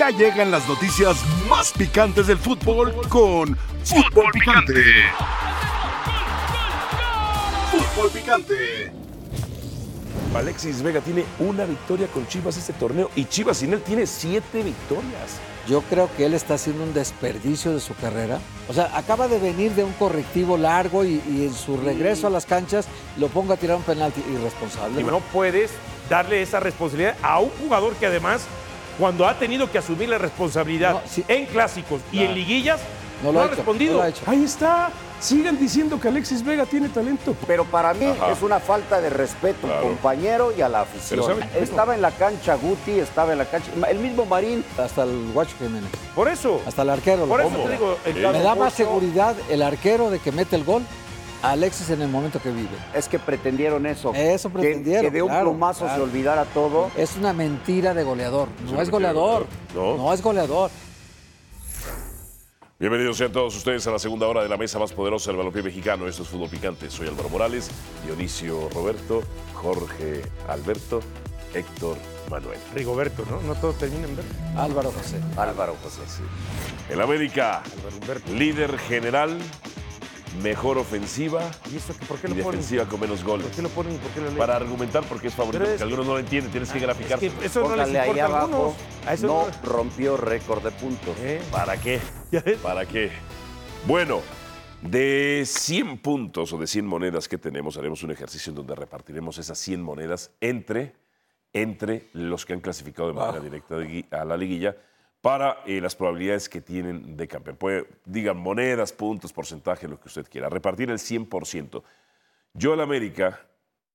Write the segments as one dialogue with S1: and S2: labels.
S1: Ya llegan las noticias más picantes del fútbol con Fútbol Picante. Fútbol Picante.
S2: Alexis Vega tiene una victoria con Chivas este torneo y Chivas sin él tiene siete victorias.
S3: Yo creo que él está haciendo un desperdicio de su carrera. O sea, acaba de venir de un correctivo largo y, y en su regreso a las canchas lo pongo a tirar un penalti irresponsable.
S4: Y no puedes darle esa responsabilidad a un jugador que además, cuando ha tenido que asumir la responsabilidad
S3: No, sí.
S4: en clásicos y en liguillas,
S3: No
S4: no,
S3: lo ha
S4: ha
S3: hecho,
S4: respondido.
S3: no lo ha hecho.
S2: Ahí está. Sigan diciendo que Alexis Vega tiene talento.
S5: Pero para mí es una falta de respeto al compañero y a la afición.
S2: Pero sabe-
S5: Estaba en la cancha Guti, estaba en la cancha. El mismo Marín.
S3: Hasta el Guacho Jiménez,
S4: Por eso.
S3: hasta el arquero. lo
S4: por eso
S3: pongo.
S4: te digo, el
S3: Me da más
S4: Ochoa-
S3: seguridad el arquero de que mete el gol a Alexis en el momento que vive.
S5: Es que pretendieron eso.
S3: Eso
S5: Que-
S3: pretendieron,
S5: Que, de un
S3: claro,
S5: plumazo
S3: claro.
S5: se olvidara todo.
S3: Es una mentira de goleador. No es
S6: una mentira de
S3: goleador.
S6: goleador. No.
S3: No es goleador.
S6: Bienvenidos sean todos ustedes a la segunda hora de la mesa más poderosa del balompié mexicano. Esto es Fútbol Picante. Soy Álvaro Morales, Dionisio Roberto, Jorge Alberto, Héctor Manuel.
S4: Rigoberto, ¿no? No todos terminan ver.
S3: Álvaro José.
S5: Álvaro José.
S6: El América, líder general, mejor ofensiva
S4: ¿Y eso que por qué
S6: y
S4: lo ponen?
S6: defensiva con menos goles.
S4: ¿Por qué lo ponen y por qué lo leen?
S6: Para argumentar porque es favorito,
S4: Pero es
S6: porque algunos no lo entienden, tienes que
S4: Es
S6: graficar.
S4: que eso no les
S5: Póngale ahí
S4: importa a
S5: abajo.
S4: algunos. A eso
S5: no
S4: no-
S5: rompió récord de puntos.
S4: ¿Eh?
S6: ¿Para qué?
S4: Ya ves.
S6: ¿Para qué? Bueno, de 100 puntos o de 100 monedas que tenemos, haremos un ejercicio en donde repartiremos esas 100 monedas entre, entre los que han clasificado de manera directa de gui- a la liguilla para eh, las probabilidades que tienen de campeón. Puede- digan monedas, puntos, porcentaje, lo que usted quiera. Repartir el 100%. Yo al América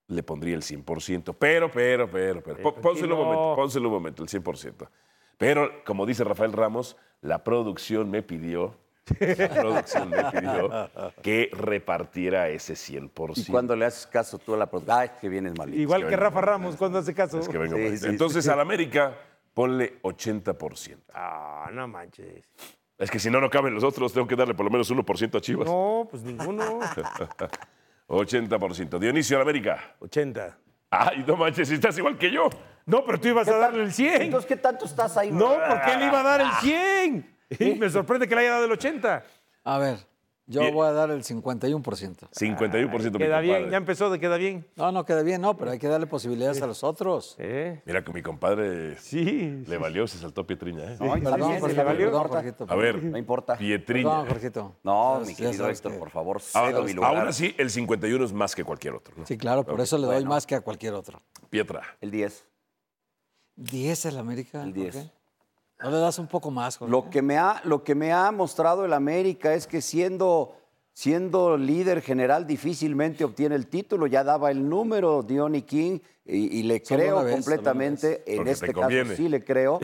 S6: le pondría el 100%, pero, pero, pero, pero. Pó- Pónselo un
S4: tranquilo.
S6: momento, pónselo un momento, el 100%. Pero, como dice Rafael Ramos, la producción me pidió, la producción me pidió que repartiera ese 100%.
S5: Y cuando le haces caso tú a la producción. Ay, que vienes malito.
S4: Igual que
S6: que vengo.
S4: Rafa Ramos cuando hace caso.
S6: Es que vengo
S5: Sí,
S6: por ahí.
S5: sí,
S6: Entonces, al América, ponle 80%.
S4: Ah, no manches.
S6: Es que si no, no caben los otros, tengo que darle por lo menos 1% a Chivas.
S4: No, pues ninguno.
S6: 80%. Dionisio, al América.
S4: 80.
S6: Ay, no manches, estás igual que yo.
S4: No, pero tú ibas a darle el 100.
S5: Entonces, ¿qué tanto estás ahí? Ah.
S4: No, porque él iba a dar el
S3: Ah.
S4: 100. Y me sorprende que le haya dado el 80.
S3: A ver, yo
S6: Bien.
S3: voy a dar el 51%.
S6: 51%. mi
S4: Queda bien,
S6: compadre.
S4: ya empezó de queda bien.
S3: No, no queda bien, no, pero hay que darle posibilidades a los otros.
S4: ¿Eh?
S6: Mira que mi compadre
S4: Sí.
S6: le valió, se saltó Pietriña. ¿eh?
S5: No, está
S3: Perdón,
S5: bien,
S3: Jorgito,
S5: está bien, no
S3: perdón,
S5: importa.
S3: Jorgito.
S6: A
S5: No
S6: ver,
S5: importa.
S6: Pietriña. Ah,
S3: Perdón, Jorgito.
S5: No,
S3: Sabes-
S5: mi
S3: ya
S5: querido
S3: sabes
S5: Héctor,
S3: que-
S5: por favor,
S6: Ahora,
S5: cedo mi lugar.
S6: ahora sí, el 51 es más que cualquier otro. ¿no?
S3: Sí, claro, por eso le doy
S5: bueno.
S3: más que a cualquier otro.
S6: Pietra.
S5: El 10.
S3: 10 el América.
S5: El
S3: ¿por
S5: 10.
S3: qué? No le das un poco más, Jorge.
S5: Lo que, me ha, lo que me ha mostrado el América es que siendo, siendo líder general difícilmente obtiene el título. Ya daba el número Diony King y, y le
S3: Solo una
S5: creo
S3: vez, solo
S5: completamente. En
S6: Porque te
S5: este caso
S6: conviene.
S5: sí le creo.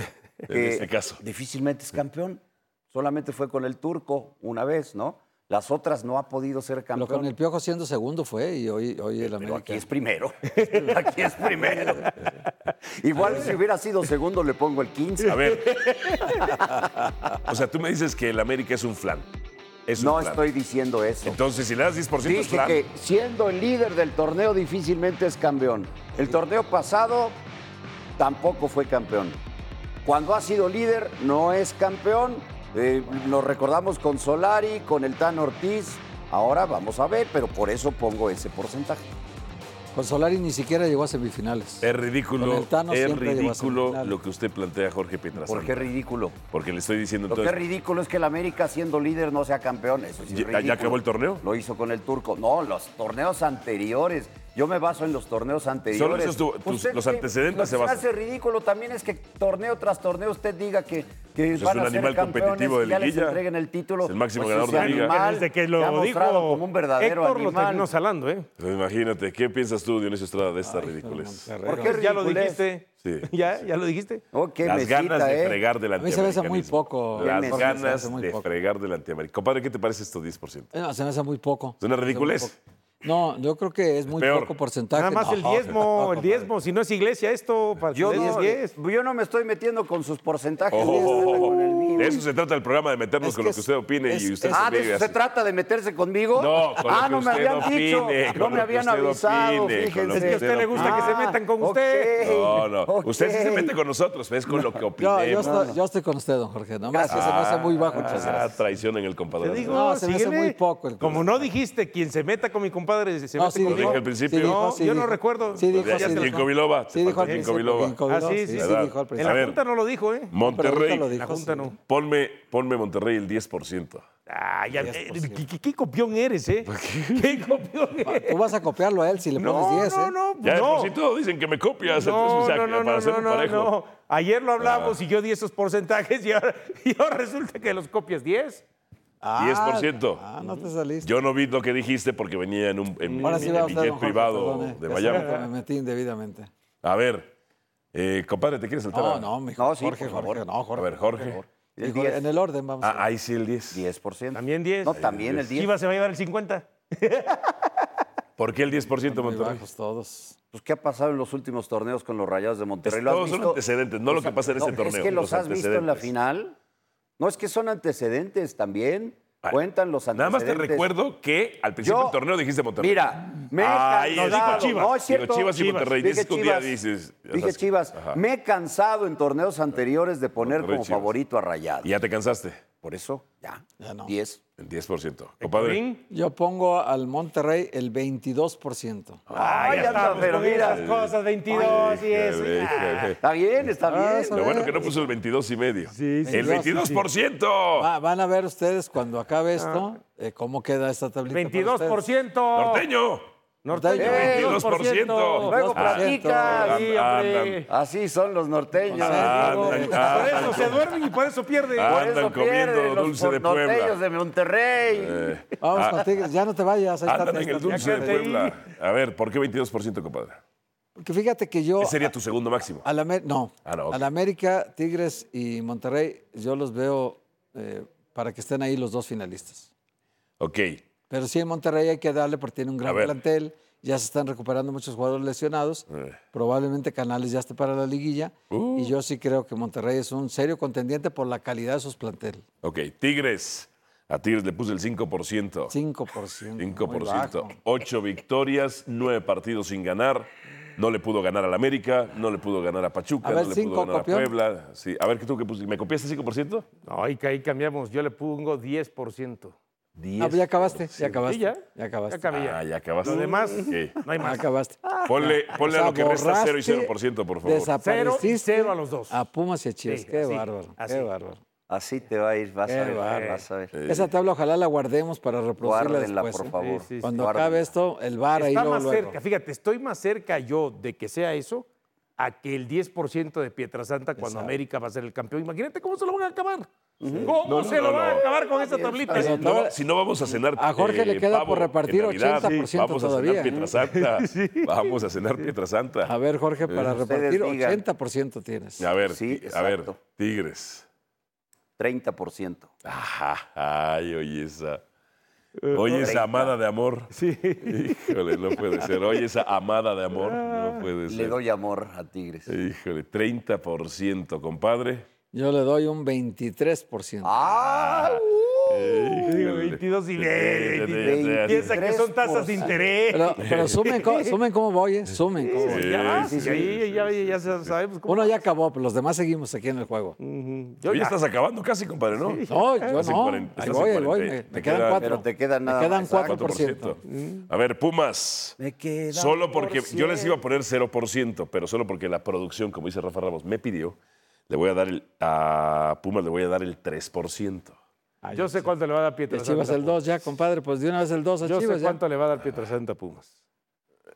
S5: que
S6: este caso.
S5: Difícilmente es campeón. Solamente fue con el turco una vez, ¿no? Las otras no ha podido ser
S3: Lo
S5: campeón.
S3: con el Piojo siendo segundo fue y hoy, hoy el
S5: Pero
S3: América.
S5: aquí es primero. Aquí es primero. Igual si hubiera sido segundo le pongo el 15.
S6: A ver. o sea, tú me dices que el América es un flan. Es un
S5: No
S6: flan.
S5: estoy diciendo eso.
S6: Entonces, si le das 10% es
S5: Dije
S6: flan.
S5: que siendo el líder del torneo difícilmente es campeón. El torneo pasado tampoco fue campeón. Cuando ha sido líder no es campeón. Eh, nos recordamos con Solari, con el Tan Ortiz. Ahora vamos a ver, pero por eso pongo ese porcentaje.
S3: Con Solari ni siquiera llegó a semifinales.
S6: Es
S3: Con
S6: ridículo.
S3: el Tano
S6: Es
S3: siempre llegó a
S6: ridículo
S3: semifinales.
S6: lo que usted plantea, Jorge Pietrasanta.
S5: ¿Por qué ridículo?
S6: Porque le estoy diciendo
S5: Lo que es
S6: entonces.
S5: ridículo es que el América siendo líder no sea campeón. Eso sí es
S6: ¿Ya- ya
S5: ridículo.
S6: acabó el torneo?
S5: Lo hizo con el turco. No, los torneos anteriores. Yo me baso en los torneos anteriores.
S6: Solo esos tu- tus-
S5: Usted
S6: los
S5: que-
S6: antecedentes
S4: Pues,
S5: lo que
S6: se basan.
S5: hace ridículo también es que torneo tras torneo usted diga que,
S6: Pues
S5: que
S6: es
S5: van
S6: un
S5: a ser
S6: animal
S5: campeones,
S6: competitivo de
S5: ya les
S6: liguilla.
S5: entreguen el título.
S6: Es el máximo
S5: Pues
S6: ganador
S5: ese
S6: de liga.
S5: animal
S4: Desde que
S5: se ha
S4: lo dijo
S5: mostrado como un verdadero
S4: Héctor lo
S5: animal.
S4: terminó salando, ¿eh?
S6: Pero Pues, imagínate, ¿qué piensas tú, Dionisio Estrada, de esta ridiculez?
S5: ¿Por qué
S4: ya lo
S5: ridiculez?
S4: dijiste.
S6: Sí.
S4: ¿Ya, ya lo dijiste.
S5: Oh, qué
S6: Las
S5: mesita,
S6: ganas de
S5: ¿eh?
S6: fregar del
S3: A mí se me hace muy
S6: antiamericanismo.
S3: poco.
S6: Las
S5: Qué
S3: mesita, se me hace
S6: ganas
S3: muy
S6: de
S3: poco.
S6: fregar del antiamericanismo. Compadre, ¿qué te parece esto 10%?
S3: Eh, no, se me hace muy poco.
S6: Es
S3: Se me
S6: una
S3: hace
S6: ridiculez.
S3: muy poco. No, yo creo que es muy
S6: Peor.
S3: poco porcentaje.
S4: Nada más el
S3: No.
S4: diezmo, el diezmo. Si no es iglesia esto, para
S5: Yo
S4: que le des
S5: no,
S4: diez.
S5: yo no me estoy metiendo con sus porcentajes.
S6: Ojo,
S5: ustedes
S6: ojo,
S5: metan
S6: ojo.
S5: con el mío.
S6: De eso se trata el programa, de meternos
S3: Es
S6: con
S3: que
S6: lo que usted
S3: es-
S6: opine y
S3: es-
S6: Oh. usted
S3: es-
S5: Ah, de
S6: diga
S5: eso se
S6: así.
S5: trata de meterse conmigo.
S6: No, con lo
S5: ah,
S6: que
S5: no me
S6: usted
S5: habían dicho,
S6: opine, con
S5: no
S6: lo
S5: me
S6: que
S5: habían
S6: usted
S5: avisado.
S6: opine, con lo
S5: fíjense.
S4: Es que a usted le gusta que se
S5: Ah,
S4: metan con usted.
S5: ok,
S6: No, no. Usted sí se
S5: ok.
S6: mete con nosotros, es con lo que
S3: Yo, yo
S6: opinemos.
S3: estoy, yo estoy con usted, don Jorge. Nada más que se me hace muy bajo. muchas
S6: Ah,
S3: gracias.
S6: traición en el compadre.
S4: Te digo,
S3: No, se me hace
S4: síguele.
S3: muy poco el
S4: Como no dijiste, quien se meta con mi compadre se
S3: No,
S4: mete
S3: sí
S4: con
S6: dije
S3: dijo,
S6: al principio.
S3: sí dijo,
S4: No,
S3: sí
S4: yo no
S3: dijo.
S4: recuerdo.
S3: Sí dijo,
S6: Ya
S3: sí
S6: está el
S3: dijo.
S6: Ginkgo biloba, te
S3: Sí dijo al
S6: faltó el Ginkgo
S3: principio.
S6: biloba.
S3: Ginkgo
S4: Ah,
S3: biloba,
S4: sí, sí,
S3: sí,
S6: sí.
S3: dijo al
S4: En la
S6: A
S3: principio.
S6: ver.
S4: junta no lo dijo, ¿eh?
S3: ahorita
S6: Monterrey.
S3: lo
S4: La
S3: dijo,
S4: junta
S3: sí.
S4: no.
S6: Ponme, ponme Monterrey el 10%.
S4: Ah, ya, eh, ¿qué, qué- qué copión eres, ¿eh?
S3: Pues,
S4: ¿Qué, copión eres?
S3: Tú vas a copiarlo a él si le pones
S4: No,
S3: 10,
S4: no,
S3: ¿eh?
S4: no, pues,
S6: Ya de por
S4: no.
S6: sí todo dicen que me copias.
S4: No,
S6: entonces, o sea,
S4: no, no,
S6: para
S4: no,
S6: hacerlo
S4: no, no,
S6: parejo. Ah.
S4: no. Ayer lo hablamos y yo di esos porcentajes y ahora, y ahora resulta que los copias 10.
S3: Ah,
S6: 10%.
S3: Ah, no te saliste.
S6: Yo no vi lo que dijiste porque venía en un en,
S3: Ahora
S6: en-
S3: sí
S6: en
S3: va
S6: el
S3: usted, don
S6: billet
S3: Jorge,
S6: privado
S3: perdone,
S6: de
S3: ya
S6: Miami.
S3: sabe que Me metí indebidamente.
S6: A ver, eh, compadre, ¿te quieres saltar?
S3: No,
S6: a-
S3: no, mi
S5: No,
S3: Jorge,
S5: sí,
S3: Jorge,
S5: por favor.
S3: no,
S6: A
S3: Jorge.
S6: ver, Jorge.
S5: El
S3: Dijo,
S5: 10.
S3: en el orden, vamos.
S6: Ah, ahí sí el 10.
S5: 10%.
S4: También 10.
S5: No,
S3: Ah,
S5: también el 10.
S4: Chivas se va a llevar el 50.
S6: ¿Por qué el 10%
S3: Muy
S6: Monterrey?
S3: bajos todos.
S5: Pues, ¿Qué ha pasado en los últimos torneos con los Rayados de Monterrey? ¿Lo has
S6: Todos son
S5: visto?
S6: antecedentes, no lo que pasa en
S5: No,
S6: este torneo.
S5: Es que los, has visto en la
S6: antecedentes.
S5: final. No, es que son antecedentes también.
S6: Ay,
S5: Cuentan los
S6: Nada más
S5: antecedentes.
S6: te recuerdo que al principio
S5: Yo-
S6: del torneo dijiste Monterrey.
S5: Mira, me he
S6: Ahí
S5: cansado.
S6: está.
S5: No,
S6: Chivas.
S5: no, es cierto.
S6: Digo, Chivas y Monterrey.
S5: Dije
S6: Dices que un día
S5: Chivas.
S6: dices. ya
S5: Dije
S6: sabes que-
S5: Chivas.
S6: Ajá.
S5: Me he cansado en torneos anteriores de poner
S6: Monterrey,
S5: como
S6: Chivas.
S5: favorito a Rayados.
S6: Y ya te cansaste.
S5: Por eso, ya.
S3: Ya no.
S5: 10.
S6: El 10%. Compadre.
S4: Ring.
S3: Yo pongo al Monterrey el 22%.
S4: Ay,
S5: ya está,
S4: estamos
S5: pero
S4: con
S5: mira.
S4: esas cosas, 22 y eso.
S6: Híjole, híjole.
S5: Está bien, está
S3: Ah,
S5: bien.
S3: eso
S6: Lo bueno que no puso el 22 y medio.
S4: sí,
S6: el
S3: 22,
S6: 22%.
S3: Va- van a ver ustedes cuando acabe esto
S4: Ah.
S3: eh, cómo queda esta tablita. para ustedes.
S4: 22%.
S6: Norteño.
S4: Norteño,
S5: Eh,
S6: 22%.
S5: Luego
S3: 22%.
S4: Ah,
S5: platicas.
S4: Sí,
S6: Ah,
S4: hombre.
S5: Así son los norteños. ¿eh?
S3: Ah,
S4: Por
S6: Andan, andan
S4: eso se duermen y por eso pierden.
S6: Ah.
S5: Por
S6: andan
S5: eso
S6: comiendo
S5: pierden los
S6: dulce de Puebla.
S5: norteños de Monterrey.
S3: Vamos con Tigres, ya no te vayas. Ahí está,
S6: Eh, ah, andan
S3: ahí
S6: en el
S3: está.
S6: dulce de
S4: quédate ahí.
S6: Puebla. A ver, ¿por qué 22%, compadre?
S3: Porque fíjate que yo...
S6: Ese sería tu segundo máximo.
S3: Al Amer- no,
S6: Ah, no, ok.
S3: al América, Tigres y Monterrey, yo los veo eh, para que estén ahí los dos finalistas.
S6: Ok.
S3: Pero sí, en Monterrey hay que darle porque tiene un gran
S6: ver.
S3: plantel. Ya se están recuperando muchos jugadores lesionados.
S6: Eh. Uh.
S3: Probablemente Canales ya esté para la liguilla. Y yo sí creo que Monterrey es un serio contendiente por la calidad de sus plantel.
S6: Ok. Tigres. A Tigres le puse el 5%.
S3: 5%. muy
S6: 5%.
S3: bajo.
S6: 8 victorias, 9 partidos sin ganar. No le pudo ganar al América, no le pudo ganar a Pachuca,
S3: A ver,
S6: no le
S3: cinco,
S6: pudo ganar
S3: copión.
S6: a Puebla. Sí, a ver, ¿qué tú que pusiste? ¿Me copiaste 5%?
S4: No, ahí, ahí cambiamos. Yo le pongo 10%.
S6: 10.
S3: Ah, ya acabaste, ya acabaste.
S4: Sí, ya.
S3: ya acabaste.
S4: Ya acabé
S6: Ah,
S4: ya.
S6: ya acabaste.
S4: Lo demás,
S6: Ok.
S4: no hay
S3: Ya
S4: más.
S3: acabaste.
S6: Ponle, ponle
S3: O
S6: a
S3: sea,
S6: lo que resta 0 y
S3: borraste,
S6: 0%, por favor.
S3: Desapareciste.
S4: Cero, cero a los dos.
S3: A Pumas y a Chivas.
S4: Sí,
S3: qué
S4: así,
S3: bárbaro.
S4: así.
S3: Qué bárbaro.
S5: Así te va a ir, vas
S3: Qué
S5: a ver.
S3: bárbaro.
S5: Vas a ver.
S3: Esa tabla ojalá la guardemos para reproducirla
S5: Guárdenla,
S3: después.
S5: por
S3: ¿eh?
S5: favor.
S4: Sí, sí, sí.
S3: Cuando
S5: Guárdenla.
S3: acabe esto, el bar ahí
S4: Está
S3: luego,
S4: más
S3: luego.
S4: cerca, fíjate, estoy más cerca yo de que sea eso a que el 10% de Pietrasanta cuando América va a ser el campeón. Imagínate cómo se lo van a acabar. ¿Cómo
S6: No, no,
S4: se
S6: no,
S4: lo
S6: no.
S4: van a acabar con esa tablita?
S6: Si
S3: Pero-
S6: no, si no vamos a cenar. eh,
S3: A Jorge le queda por
S6: en
S3: repartir
S6: Navidad,
S3: 80%
S6: Vamos
S3: todavía,
S6: a cenar
S3: ¿eh?
S6: Pietrasanta. Vamos a cenar Pietrasanta.
S3: A ver, Jorge, para repartir,
S5: digan.
S3: 80% tienes.
S6: A ver,
S5: Sí,
S6: ti- a ver,
S5: exacto.
S6: Tigres.
S5: 30%.
S6: Ajá, ay, oye esa.
S3: Eh,
S6: Oye esa amada de amor. Sí. Híjole, no puede ser. Oye esa amada de amor. No puede
S5: Le
S6: ser.
S5: doy amor a Tigres.
S6: Híjole, 30%, compadre.
S3: Yo le doy un 23%.
S5: ¡Ah! uh,
S6: Híjole.
S4: 22 y
S6: Sí,
S4: medio,
S6: sí,
S4: y-
S6: sí, sí.
S4: Piensa que son tasas de
S5: 23%.
S4: interés.
S3: Pero, pero sumen, co- sumen cómo voy, ¿eh? Sumen cómo voy.
S4: ya vas,
S6: sí,
S4: y ahí ya, ya sabemos cómo.
S3: Uno ya acabó, pero los demás seguimos aquí en el juego.
S6: Tú ya estás acabando casi, compadre, ¿no?
S3: No, yo
S6: Estás en
S3: no.
S6: cuarenta-
S3: Ahí
S6: estás en
S3: voy, ahí voy.
S6: cuarenta y-
S3: Me,
S6: te
S3: me quedan
S6: queda-
S3: cuatro.
S5: Pero te quedan nada
S3: Me quedan
S5: más, ¿ah? exacto.
S3: 4%.
S6: 4%. A ver, Pumas.
S5: Me queda
S6: Solo porque yo les iba a poner 0%, pero solo porque la producción, como dice Rafa Ramos, me pidió, le voy a dar el, a Pumas le voy a dar el 3%.
S3: Ay,
S4: Yo sé cuánto le va a dar
S3: de
S4: Pietrasanta.
S3: Chivas el
S4: Pumas.
S3: 2 ya, compadre. Pues de una vez el 2 a
S4: Yo
S3: Chivas
S4: sé
S3: ya.
S4: cuánto le va a dar Pietrasanta a Pumas.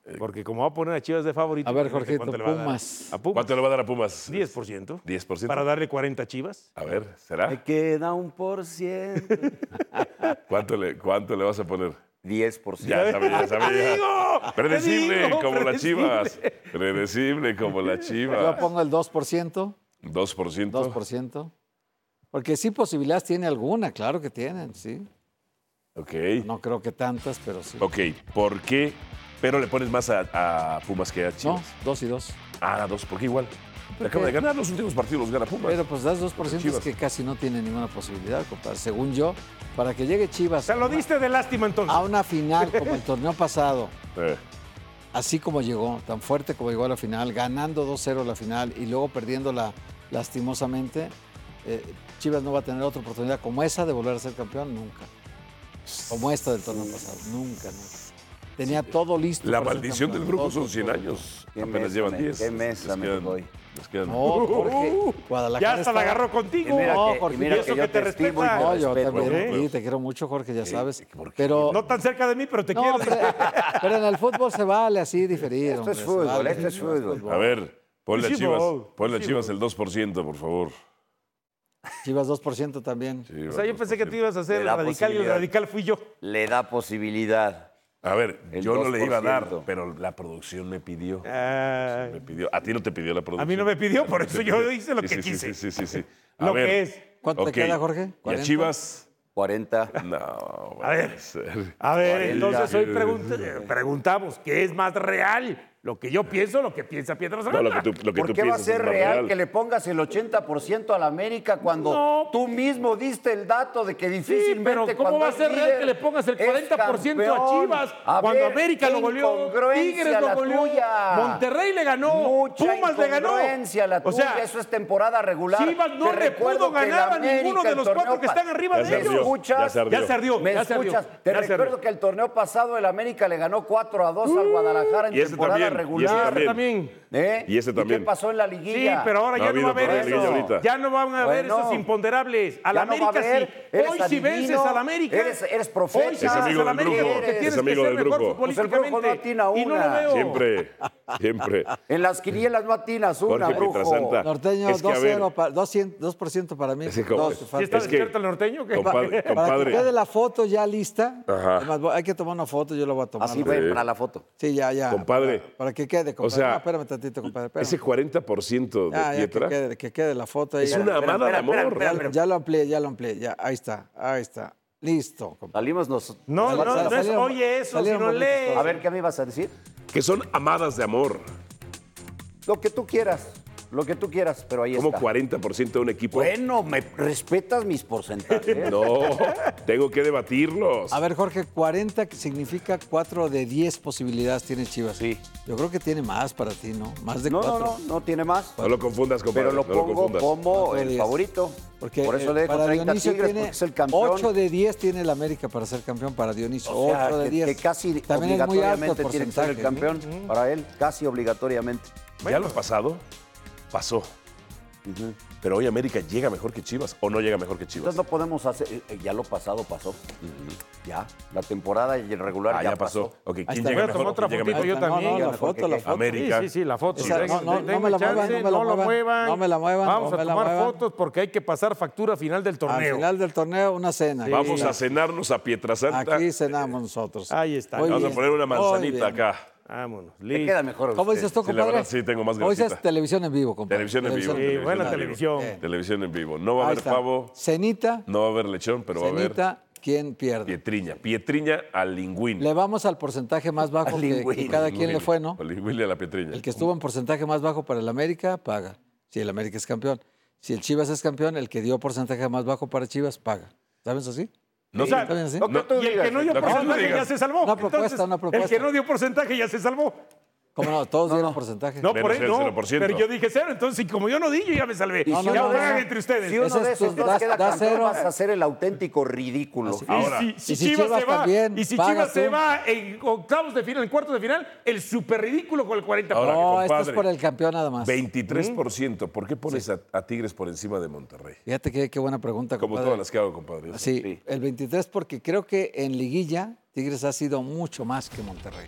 S6: Eh,
S4: Porque como va a poner a Chivas de favorito.
S3: A ver,
S4: imagínate
S3: Jorgito,
S4: cuánto le va a dar
S3: Pumas.
S4: A Pumas.
S6: ¿Cuánto le va a dar a Pumas?
S4: 10%.
S6: 10%.
S4: Para darle 40 a Chivas.
S6: A ver,
S5: Me
S6: ¿será?
S5: queda un por ciento.
S6: ¿Cuánto le, cuánto le vas a poner?
S5: 10%.
S6: Ya sabía, ya sabía.
S4: digo! ¡Te
S6: Predecible
S4: digo!
S6: como las
S4: Predecible.
S6: chivas. Predecible como las
S3: Yo
S6: chivas.
S3: pongo el 2%,
S6: 2%.
S3: 2%. Porque sí, posibilidades tiene alguna, claro que tienen, sí.
S6: Ok.
S3: No creo que tantas, pero sí.
S6: Ok, ¿por qué? Pero le pones más a, a Pumas que a
S3: No,
S6: Chivas.
S3: dos y dos.
S6: Ah, dos, porque igual. Le
S3: Porque-
S6: acaba de ganar los últimos partidos, los gana Pumas.
S3: Pero pues das 2%
S6: Chivas.
S3: que casi no tiene ninguna posibilidad, compadre. Según yo, para que llegue Chivas
S4: Se
S3: a
S4: lo
S3: una-
S4: diste de lástima entonces.
S3: a una final como el torneo pasado,
S6: Eh,
S3: así como llegó, tan fuerte como llegó a la final, ganando 2-0 la final y luego perdiéndola lastimosamente, eh, Chivas no va a tener otra oportunidad como esa de volver a ser campeón nunca. Como esta del torneo pasado, nunca, nunca. Tenía todo listo.
S6: la
S3: para ser
S6: maldición del
S3: campeón.
S6: grupo
S3: Todo,
S6: son
S3: todo,
S6: 100
S3: todo.
S6: años.
S5: Qué
S6: Apenas
S5: mesa
S6: llevan
S5: me-
S6: 10.
S5: qué mesa
S6: Les
S5: me
S6: quedan-
S5: doy.
S6: les quedan-
S4: Uh,
S3: No, porque Guadalajara
S4: ya hasta la
S3: está-
S4: agarró contigo.
S5: Y mira
S3: No,
S5: que,
S3: Jorge,
S5: y mira
S3: y
S4: eso
S5: que yo
S4: que te
S5: te estimo y
S4: respeta.
S5: te
S3: No, yo
S5: respeto.
S3: también
S4: ¿eh?
S3: a ti, te quiero mucho, Jorge, ya sabes.
S6: ¿por qué?
S3: Pero,
S4: No tan cerca de mí, pero te
S3: No,
S4: quiero.
S3: pero, pero en el fútbol se vale así diferir.
S5: Esto este es
S3: hombre, se
S5: fútbol,
S3: vale.
S5: esto es fútbol.
S6: A ver, ponle a
S4: Sí,
S6: Chivas,
S4: Bob.
S6: ponle a
S4: Sí,
S6: Chivas el 2%, por favor.
S3: Chivas 2% también.
S6: Sí,
S4: O sea, yo
S6: vamos,
S4: pensé que
S6: por
S4: te ibas a hacer
S5: Le da
S4: radical y el
S5: posibilidad.
S4: radical fui yo.
S5: Le da posibilidad.
S6: A ver,
S5: El
S6: yo no le iba a dar,
S5: 2%.
S6: pero la producción me pidió.
S4: Ay.
S6: Me pidió. A ti no te pidió la producción.
S4: A mí no me pidió, por
S6: A ti
S4: eso
S6: te
S4: yo
S6: pidió.
S4: hice lo
S6: Sí,
S4: que
S6: sí, sí,
S4: quise.
S6: Sí, sí, sí. sí. A
S4: Lo
S6: ver,
S4: que es.
S3: ¿Cuánto te
S6: ok.
S3: queda, Jorge?
S6: ¿Y a
S3: ¿cuarenta?
S6: Chivas?
S5: 40.
S6: No.
S4: A ver. A ver, entonces hoy pregunta- eh, preguntamos, ¿qué es más real? ¿Lo que yo pienso o lo que piensa Pietrasanta?
S6: No, lo que tú, lo que
S5: ¿Por
S6: tú
S5: qué va a
S6: piensas es
S5: ser
S6: más
S5: real, que le pongas el 80% a la América cuando
S4: No.
S5: tú mismo diste el dato de que difícilmente
S4: pero ¿cómo
S5: cuando
S4: va a
S5: es
S4: ser real
S5: líder
S4: que le pongas el
S5: es
S4: 40% a
S5: campeón?
S4: Chivas
S5: A
S4: cuando
S5: ver,
S4: América
S5: qué
S4: lo goleó,
S5: incongruencia
S4: Tigres lo
S5: la
S4: goleó,
S5: tuya.
S4: Monterrey le ganó,
S5: Mucha
S4: Pumas le ganó.
S5: incongruencia la
S4: o sea,
S5: tuya, eso es temporada regular.
S4: Chivas no
S5: Te
S4: le
S5: recuerdo
S4: pudo
S5: que la
S4: ganar a ninguno
S5: América,
S4: de
S5: el
S4: los cuatro
S5: torneo
S4: que
S5: pa-
S4: están arriba
S6: de
S5: ¿Me
S6: ellos. Ya
S5: escuchas?
S6: se ardió.
S4: ya se ardió,
S5: ¿Me
S4: ya se ardió,
S5: escuchas? Te
S4: ya se
S5: recuerdo
S4: ardió. Uh,
S5: que el torneo pasado el América le ganó 4 a 2 al Guadalajara en
S6: y ese
S5: temporada
S6: también, y ese
S5: regular.
S4: Pero también.
S5: ¿Eh?
S6: Y ese también.
S5: qué pasó en la
S4: Sí,
S5: liguilla?
S4: pero ahora
S6: No ha
S4: ya no va a
S6: habido
S4: haber
S6: problema
S4: eso.
S6: ahorita.
S4: Ya no van a haber
S5: Bueno.
S4: esos imponderables. A la
S5: Ya no va
S4: América
S5: a haber,
S4: sí.
S5: eres
S4: Hoy si
S5: adivino,
S4: vences a la América.
S5: eres- eres profeta.
S4: Hoy si
S5: Es
S4: vences
S6: amigo
S4: a la
S6: del
S4: América,
S6: grupo,
S4: te tienes
S6: es amigo
S4: que ser
S6: del
S4: mejor
S6: grupo.
S5: Pues el grupo no
S4: futbolísticamente.
S5: atina
S4: Y no lo
S5: una.
S4: veo.
S6: Siempre, siempre.
S5: En las quinielas no atinas una,
S6: Jorge
S5: brujo.
S6: Pietrasanta.
S3: Norteño,
S6: Es que, a
S3: 2-0,
S6: ver,
S3: pa- 200, 2% para mí.
S6: es que como-
S3: Dos,
S4: ¿Sí está
S6: es que-
S4: despierto el norteño? ¿Qué?
S6: compadre,
S3: Para que quede
S6: compadre,
S3: la foto ya lista,
S6: Ajá.
S3: además, voy- hay que tomar una foto, yo la voy a tomar.
S5: Así
S3: ¿no?
S5: ven, para la foto.
S3: Sí, ya, ya.
S6: Compadre.
S3: Para, para que quede, compadre.
S6: sea,
S3: No, espérame tantito, compadre. espérame.
S6: ese 40% de
S3: Ah, Ya, ya, que
S6: Pietra
S3: quede, que quede la foto ahí.
S6: es una
S5: espera,
S6: amada de
S5: espera,
S6: amor.
S5: espera,
S3: Ya, ya lo amplié, ya lo amplié. Ya, ahí está, ahí está. Listo, compadre.
S5: Salimos nosotros.
S4: No, no, no es
S3: Salieron-
S4: oye eso,
S3: salieron
S4: sino
S3: bonitos
S4: lee.
S5: A ver, ¿qué me ibas a decir?
S6: Que son amadas de amor.
S5: Lo que tú quieras, lo que tú quieras, pero ahí
S6: Como
S5: está.
S6: 40% de un equipo.
S5: Bueno, me respetas mis porcentajes.
S6: No, tengo que debatirlos.
S3: A ver, Jorge, 40 significa 4 de 10 posibilidades tiene Chivas.
S5: Sí.
S3: Yo creo que tiene más para ti, ¿no? Más de
S5: No,
S3: 4.
S5: no, no, no tiene más.
S6: no lo confundas, compadre.
S5: Pero lo
S6: no lo
S5: pongo
S6: confundas.
S5: como
S3: No,
S5: el
S3: diez.
S5: favorito.
S3: Porque
S5: Por eso
S3: eh,
S5: le dejo
S3: para
S5: 30
S3: Dionisio
S5: tigres,
S3: tiene
S5: porque es el campeón.
S3: 8 de 10 tiene el América para ser campeón para Dionisio.
S5: O sea,
S3: 8 de
S5: que-
S3: 10.
S5: Que casi
S3: También es muy alto el
S5: obligatoriamente tiene que ser el
S3: porcentaje, ¿eh? ¿no?
S5: campeón. Para él, casi obligatoriamente.
S6: Ya lo pasado pasó. Pero hoy América llega mejor que Chivas o no llega mejor que Chivas.
S5: Entonces no podemos hacer. eh, eh, Ya lo pasado pasó. Ya. La temporada y el regular
S6: ah,
S5: ya,
S6: ya pasó. Ok,
S3: Ahí
S6: ¿quién
S3: está.
S4: Voy
S6: llega
S4: a tomar
S6: mejor?
S4: otra
S6: ¿Quién llega
S4: fotito
S6: mejor?
S4: yo
S3: Ahí está, no,
S4: también.
S3: no, la
S4: Porque
S3: foto, la foto.
S6: América.
S4: Sí, sí, sí, la foto.
S3: Esa,
S4: Venga,
S3: no, no,
S4: denme
S3: no me la
S4: chance,
S3: muevan, no me la muevan,
S4: no muevan.
S3: no me la muevan,
S4: Vamos
S3: no me
S4: a
S3: la
S4: tomar
S3: muevan.
S4: fotos porque hay que pasar factura final del
S3: Al
S4: torneo.
S3: final del torneo, una cena.
S6: Vamos a cenarnos a Pietrasanta.
S3: Aquí cenamos nosotros.
S4: Ahí está.
S3: Muy
S6: Vamos a
S3: bien,
S6: poner una
S3: muy
S6: manzanita
S3: bien.
S6: acá.
S4: Vámonos.
S5: Te
S4: Listo.
S5: queda mejor. a
S3: ¿Cómo
S5: usted.
S3: dices tú,
S6: Sí, la
S3: compadre?
S6: verdad, sí, tengo más
S3: Hoy es
S6: grasita.
S3: televisión en vivo, compadre.
S6: Televisión en vivo.
S4: Sí, buena
S6: en vivo.
S4: televisión.
S3: Bien.
S6: Televisión en vivo. No
S3: Eh.
S6: va a
S3: Ahí
S6: haber
S3: está.
S6: pavo,
S3: Cenita,
S6: no va a haber lechón, pero va a haber
S3: cenita, ¿quién pierde?
S6: Pietriña. Pietriña al lingüín.
S3: Le vamos al porcentaje más bajo que, que
S5: Lingüín,
S3: cada quien le fue, ¿no?
S6: Al lingüín y a la Pietriña.
S3: El que estuvo en porcentaje más bajo para el América, paga. Si el América es campeón. Si el Chivas es campeón, el que dio porcentaje más bajo para Chivas, paga. ¿Sabes así?
S4: O
S6: No sé.
S4: sea,
S3: Está bien así.
S6: No,
S5: Lo que tú
S4: Y el que
S5: digas.
S4: no dio
S6: Lo que tú
S4: porcentaje
S6: digas.
S4: ya se salvó.
S3: Una propuesta,
S4: Entonces,
S3: una propuesta.
S4: El que no dio porcentaje ya se salvó.
S3: ¿Cómo no? Todos dieron porcentaje.
S4: No,
S6: Menos
S4: por eso.
S6: el
S4: No,
S6: 0%.
S4: pero yo dije cero. Entonces, y como yo no di, yo ya me salvé.
S5: Y
S3: No,
S5: si
S3: no,
S4: ya
S5: uno
S3: no,
S5: de
S4: juegan
S5: esos-
S4: entre ustedes.
S5: Si uno
S3: Ese
S5: de
S3: es tu-
S5: esos dos
S3: da-
S5: queda
S3: da
S5: campeón,
S3: cero.
S5: vas a ser el auténtico ridículo.
S3: Así-
S4: Y
S6: Ahora.
S4: si- si, Chivas, se va,
S3: también,
S4: y si
S3: pagas
S4: Chivas se
S3: tú.
S4: va en octavos de final, en cuartos de final, el super ridículo con el 40%.
S6: Ahora,
S3: No, esto es
S6: compadre.
S3: por el campeón nada más.
S6: 23%. ¿Por qué pones a, a Tigres por encima de Monterrey?
S3: Fíjate que- qué, buena pregunta,
S6: Como
S3: compadre.
S6: todas las que hago, compadre.
S4: Pues
S6: Yo
S3: Sí,
S5: Sí.
S3: el 23 porque creo que en liguilla Tigres ha sido mucho más que Monterrey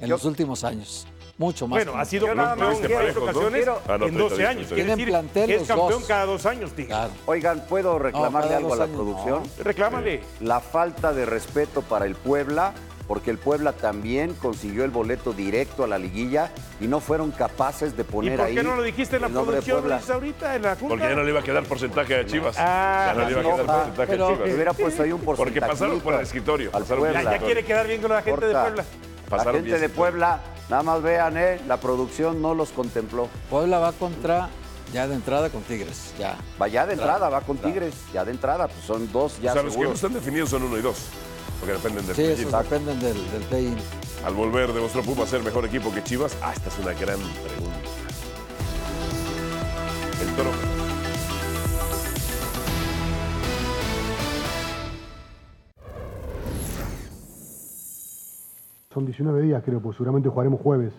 S3: en los últimos años, mucho más.
S4: Bueno,
S3: que
S4: ha sido
S5: Yo nada
S4: campeón
S5: más
S4: en
S5: quiero-
S4: varias ocasiones
S5: quiero-
S6: Ah, no,
S4: en
S6: estoy-
S4: 12
S6: estoy-
S4: años.
S6: estoy-
S4: Quiere
S3: Tienen
S4: decir
S3: plantel
S4: que es
S3: los
S4: campeón
S3: dos.
S4: cada dos años, Tigres.
S3: Monterrey. Claro.
S5: Oigan, ¿puedo reclamarle
S3: cada
S5: algo a
S3: dos
S5: la
S3: años,
S5: producción?
S4: Reclámale.
S5: La falta de respeto para el Puebla porque el Puebla también consiguió el boleto directo a la liguilla y no fueron capaces de
S4: ¿Y
S5: poner
S4: por
S5: ahí.
S4: qué no lo dijiste en la
S5: el nombre de
S4: producción
S5: Puebla.
S4: Luis, ahorita en la junta?
S6: Porque ya no le iba a quedar porcentaje a Chivas.
S4: Ah,
S6: ya no le iba a
S5: no,
S6: quedar
S5: ah,
S6: porcentaje
S3: pero-
S6: a
S5: Le
S6: Chivas.
S5: hubiera puesto ahí un porcentaje.
S6: Porque pasaron por el escritorio, pasaron por el
S4: ya, ya quiere quedar bien con la gente de
S5: Corta.
S4: Puebla.
S5: La
S6: Pasaron
S5: gente
S6: diez.
S5: de Puebla, nada más vean, ¿eh? La producción no los contempló.
S3: Puebla va contra, ya de entrada con Tigres, ya.
S5: Va ya de entrada, va con Tigres, ya de entrada, pues son dos ya
S6: O sea, los que no
S5: seguros.
S6: están definidos son uno y dos. Porque dependen del
S3: Sí,
S6: apellido.
S3: esos dependen del, del play-in.
S6: Al volver, demostró Puma ser mejor equipo que Chivas. Ah, esta es una gran pregunta. El toro.
S7: Son 19 días, creo, pues seguramente jugaremos jueves.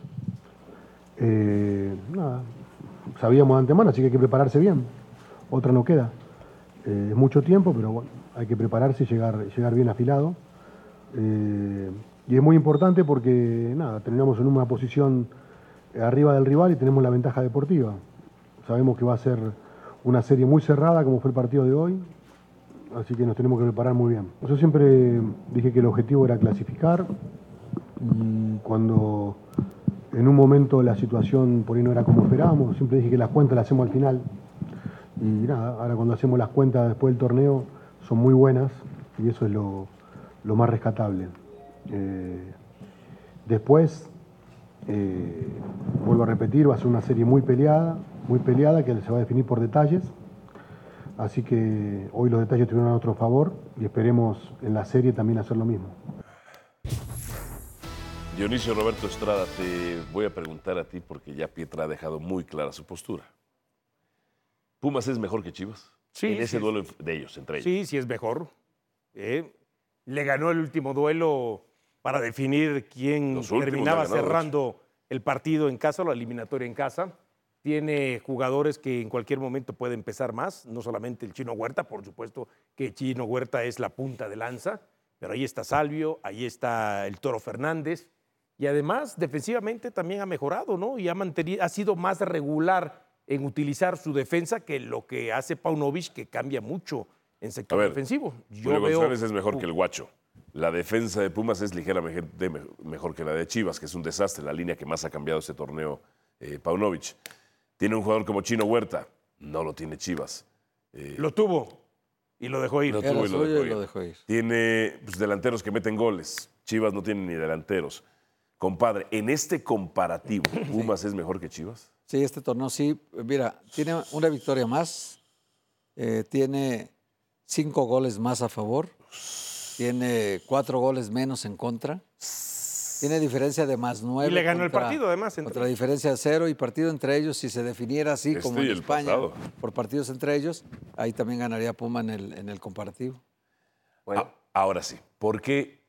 S7: Eh, nada, sabíamos de antemano, así que hay que prepararse bien. Otra no queda. Eh, es mucho tiempo, pero bueno, hay que prepararse y llegar, llegar bien afilado. Eh, y es muy importante porque, nada, terminamos en una posición arriba del rival y tenemos la ventaja deportiva. Sabemos que va a ser una serie muy cerrada, como fue el partido de hoy, así que nos tenemos que preparar muy bien. Yo siempre dije que el objetivo era clasificar, y cuando en un momento la situación por ahí no era como esperábamos, siempre dije que las cuentas las hacemos al final. Y nada, ahora cuando hacemos las cuentas después del torneo son muy buenas y eso es lo, lo más rescatable. Eh, después, eh, vuelvo a repetir, va a ser una serie muy peleada, muy peleada que se va a definir por detalles. Así que hoy los detalles estuvieron a nuestro favor y esperemos en la serie también hacer lo mismo.
S6: Dionisio Roberto Estrada, te voy a preguntar a ti porque ya Pietra ha dejado muy clara su postura. ¿Pumas es mejor que Chivas?
S4: Sí,
S6: En
S4: sí.
S6: ese duelo de ellos, entre ellos.
S4: Sí, sí es mejor. Eh, le ganó el último duelo para definir quién
S6: Los últimos
S4: terminaba
S6: le ganó, de
S4: cerrando el partido en casa, la eliminatoria en casa. Tiene jugadores que en cualquier momento puede empezar más, no solamente el Chino Huerta, por supuesto que Chino Huerta es la punta de lanza, pero ahí está Salvio, ahí está el Toro Fernández. Y además, defensivamente también ha mejorado, ¿no? Y ha, mantenido, ha sido más regular en utilizar su defensa que lo que hace Paunovic, que cambia mucho en sector
S6: A ver,
S4: defensivo.
S6: Julio
S4: veo-
S6: González es mejor que el Guacho. La defensa de Pumas es ligeramente me- mejor que la de Chivas, que es un desastre, la línea que más ha cambiado este torneo eh, Paunovic. Tiene un jugador como Chino Huerta, no lo tiene Chivas. Eh,
S4: Lo tuvo y lo dejó ir.
S6: Lo
S3: Era
S6: tuvo y lo
S3: suyo
S6: dejó
S3: y lo
S6: ir.
S3: dejó ir.
S6: Tiene pues, delanteros que meten goles. Chivas no tiene ni delanteros. Compadre, en este comparativo, ¿Pumas es mejor que Chivas?
S3: Sí, este torneo sí, mira, tiene una victoria más, eh, tiene cinco goles más a favor, tiene cuatro goles menos en contra, tiene diferencia de más nueve.
S4: Y le ganó el
S3: contra-
S4: partido, además, entre-
S3: Contra diferencia de cero y partido entre ellos, si se definiera así
S6: Este
S3: como
S6: y
S3: en
S6: el
S3: España,
S6: pasado.
S3: por partidos entre ellos, ahí también ganaría Puma en el, en el comparativo.
S6: Ah, ahora sí, ¿por qué?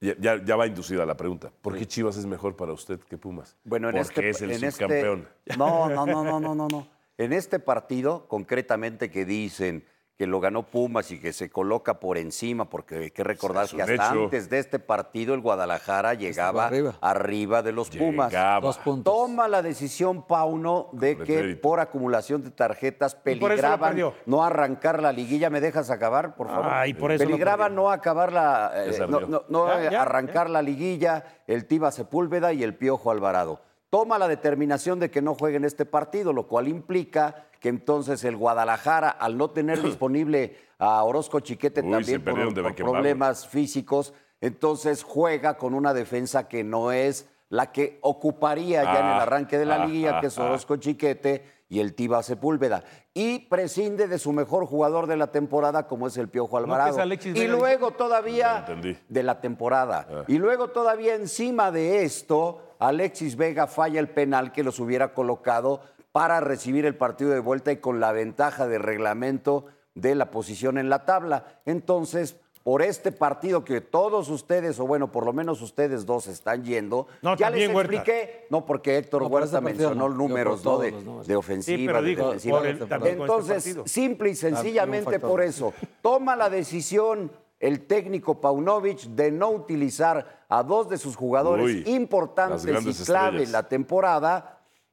S6: Ya, ya- ya va inducida la pregunta. ¿Por qué Chivas es mejor para usted que Pumas?
S5: Bueno, en
S6: Porque
S5: este
S6: es el
S5: en este-
S6: subcampeón.
S5: No, no, no, no, no, no, no. En este partido, concretamente que dicen que lo ganó Pumas y que se coloca por encima, porque hay que recordar
S6: Es un
S5: que hasta
S6: hecho.
S5: antes de este partido el Guadalajara llegaba
S3: arriba.
S5: arriba. de los Pumas.
S6: Llegaba.
S3: Dos puntos.
S5: Toma la decisión, Pauno, de
S6: Con
S5: que
S6: desmérito.
S5: por acumulación de tarjetas
S4: Y por eso lo
S5: peligraban
S4: perdió.
S5: no arrancar la liguilla. ¿Me dejas acabar, por favor?
S4: Ah, y por eso lo
S5: Peligraba
S4: perdió.
S5: no acabar la... eh,
S6: Ya se
S5: no-
S6: ardió.
S5: no- no
S4: Ya,
S5: eh,
S4: ya,
S5: arrancar la liguilla, el Tiba Sepúlveda y el Piojo Alvarado. Toma la determinación de que no jueguen este partido, lo cual implica que entonces el Guadalajara, al no tener disponible a Orozco Chiquete
S6: Uy, se
S5: también por,
S6: perdieron de
S5: por
S6: Beckenbauer.
S5: problemas físicos, entonces juega con una defensa que no es la que ocuparía ya en el
S6: Ah,
S5: arranque de la
S6: ah,
S5: liguilla,
S6: ah,
S5: que es
S6: ah.
S5: Orozco Chiquete y el Tiba Sepúlveda. Y prescinde de su mejor jugador de la temporada, como es el Piojo
S4: es
S5: Alvarado.
S4: Alexis
S5: y
S4: Vega.
S5: luego luego todavía
S6: No entendí.
S5: de la temporada.
S4: Ah.
S5: Y luego todavía encima de esto, Alexis Vega falla el penal que los hubiera colocado para recibir el partido de vuelta y con la ventaja de reglamento de la posición en la tabla. Entonces, por este partido que todos ustedes, o bueno, por lo menos ustedes dos están yendo,
S4: No,
S5: ya les
S4: también Huerta.
S5: expliqué, no porque Héctor
S3: No, por
S5: Huerta
S3: ese partido
S5: mencionó
S3: no,
S5: números,
S3: yo por
S5: ¿no? De,
S3: todos los números.
S5: de ofensiva,
S4: Sí, pero
S5: de
S4: digo,
S5: defensiva.
S4: por el- también con este
S5: Entonces,
S4: partido.
S5: simple y sencillamente
S3: factor.
S5: por eso. Toma la decisión el técnico Paunovic de no utilizar a dos de sus jugadores
S6: Uy, las
S5: importantes
S6: grandes
S5: y clave
S6: estrellas.
S5: en la temporada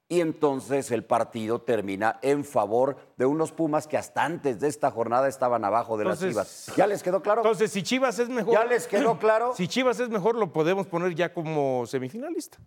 S5: y entonces el partido termina en favor de unos Pumas que hasta antes de esta jornada estaban abajo de las
S4: Entonces-
S5: Chivas. ¿Ya les quedó claro?
S4: Entonces, si Chivas es mejor.
S5: ¿Ya les quedó claro?
S4: Si Chivas es mejor, lo podemos poner ya como semifinalista.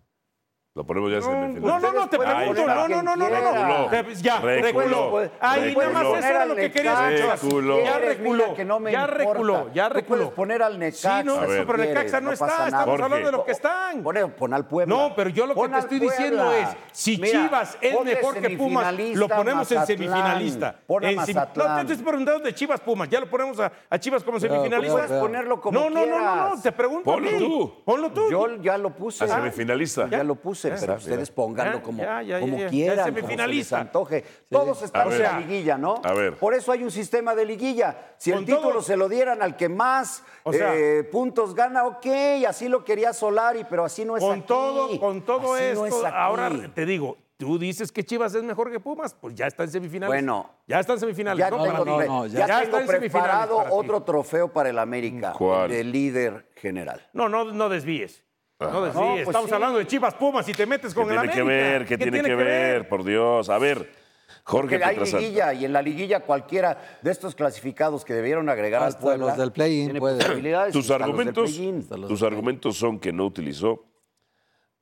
S6: Lo ponemos ya en semifinal.
S4: No, no, no, te
S5: Pues Ustedes pueden
S4: pregunto.
S5: poner
S4: No,
S5: a
S4: no,
S5: quien
S4: no, no, no, no.
S6: quieran.
S4: Te- Ya,
S6: Reculó.
S4: reculó. Ahí nada
S6: Reculó.
S4: más eso era lo que
S5: querías
S4: querías escuchar.
S6: Reculó.
S4: Ya reculó. ya reculó. Ya reculó.
S5: Puedes poner al Necaxa.
S4: Sí, no,
S6: A
S4: eso,
S6: ver.
S4: pero el Necaxa no, está. Estamos
S6: Jorge.
S4: hablando de los que están.
S5: Pon, pon al Puebla.
S4: No, pero yo lo que
S5: Pon
S4: te
S5: al
S4: estoy diciendo
S5: Puebla.
S4: es, si
S5: Mira,
S4: Chivas es
S5: pon de
S4: mejor que Pumas, lo
S5: semifinalista
S4: ponemos
S5: Mazatlán.
S4: en semifinalista.
S5: Pon a
S4: En semi- No, te
S5: Mazatlán.
S4: estoy preguntando de Chivas Pumas, ya lo ponemos a, a Chivas como semifinalista.
S5: puedes ponerlo como
S4: no, no, no, no,
S5: quieras.
S4: no, te pregunto. a
S6: Ponlo
S4: mí.
S6: tú.
S4: Ponlo tú.
S5: Yo ya lo puse.
S6: A semifinalista.
S5: Ya lo puse, pero ustedes pónganlo
S4: Ya,
S5: como,
S4: ya, ya,
S5: como
S4: ya, ya.
S5: quieran.
S4: Ya
S5: como se les
S4: semifinalista.
S5: antoje. Todos estamos
S6: A
S5: en
S6: ver.
S5: la liguilla, ¿no?
S6: A ver.
S5: Por eso hay un sistema de liguilla. Si el
S4: Con
S5: título
S4: todos.
S5: se lo dieran al que más
S4: O sea,
S5: eh, puntos gana, ok, así lo quería Solari, pero así no es
S4: con
S5: aquí.
S4: todo, con todo
S5: Así no
S4: esto,
S5: es aquí.
S4: ahora te digo, tú dices que Chivas es mejor que Pumas, pues ya está en semifinales.
S5: Bueno.
S4: ya está en semifinales.
S5: Ya
S4: ¿no?
S5: tengo,
S4: Para
S5: pre-
S4: ti.
S3: no,
S5: ya
S4: Ya
S5: tengo
S4: está en semifinales
S5: preparado
S4: para ti.
S5: otro trofeo para el América.
S6: ¿Cuál?
S5: De líder general.
S4: No, no, no desvíes.
S3: Ah.
S4: No desvíes.
S5: No, pues
S4: Estamos
S5: sí.
S4: hablando de Chivas Pumas y te metes
S6: ¿Qué
S4: con el
S6: tiene que
S4: América.
S6: ver? ¿Qué tiene que ver? Por Dios. A ver, Jorge
S5: Porque hay
S6: Petrasanta.
S5: liguilla y en la liguilla cualquiera de estos clasificados que debieron agregar
S3: Hasta
S5: al Puebla.
S3: los del play-in
S5: tiene
S3: puede.
S5: posibilidades,
S6: Tus
S5: hasta los del
S6: argumentos,
S5: play-in.
S3: Hasta los
S6: tus
S3: del-
S6: argumentos son que no utilizó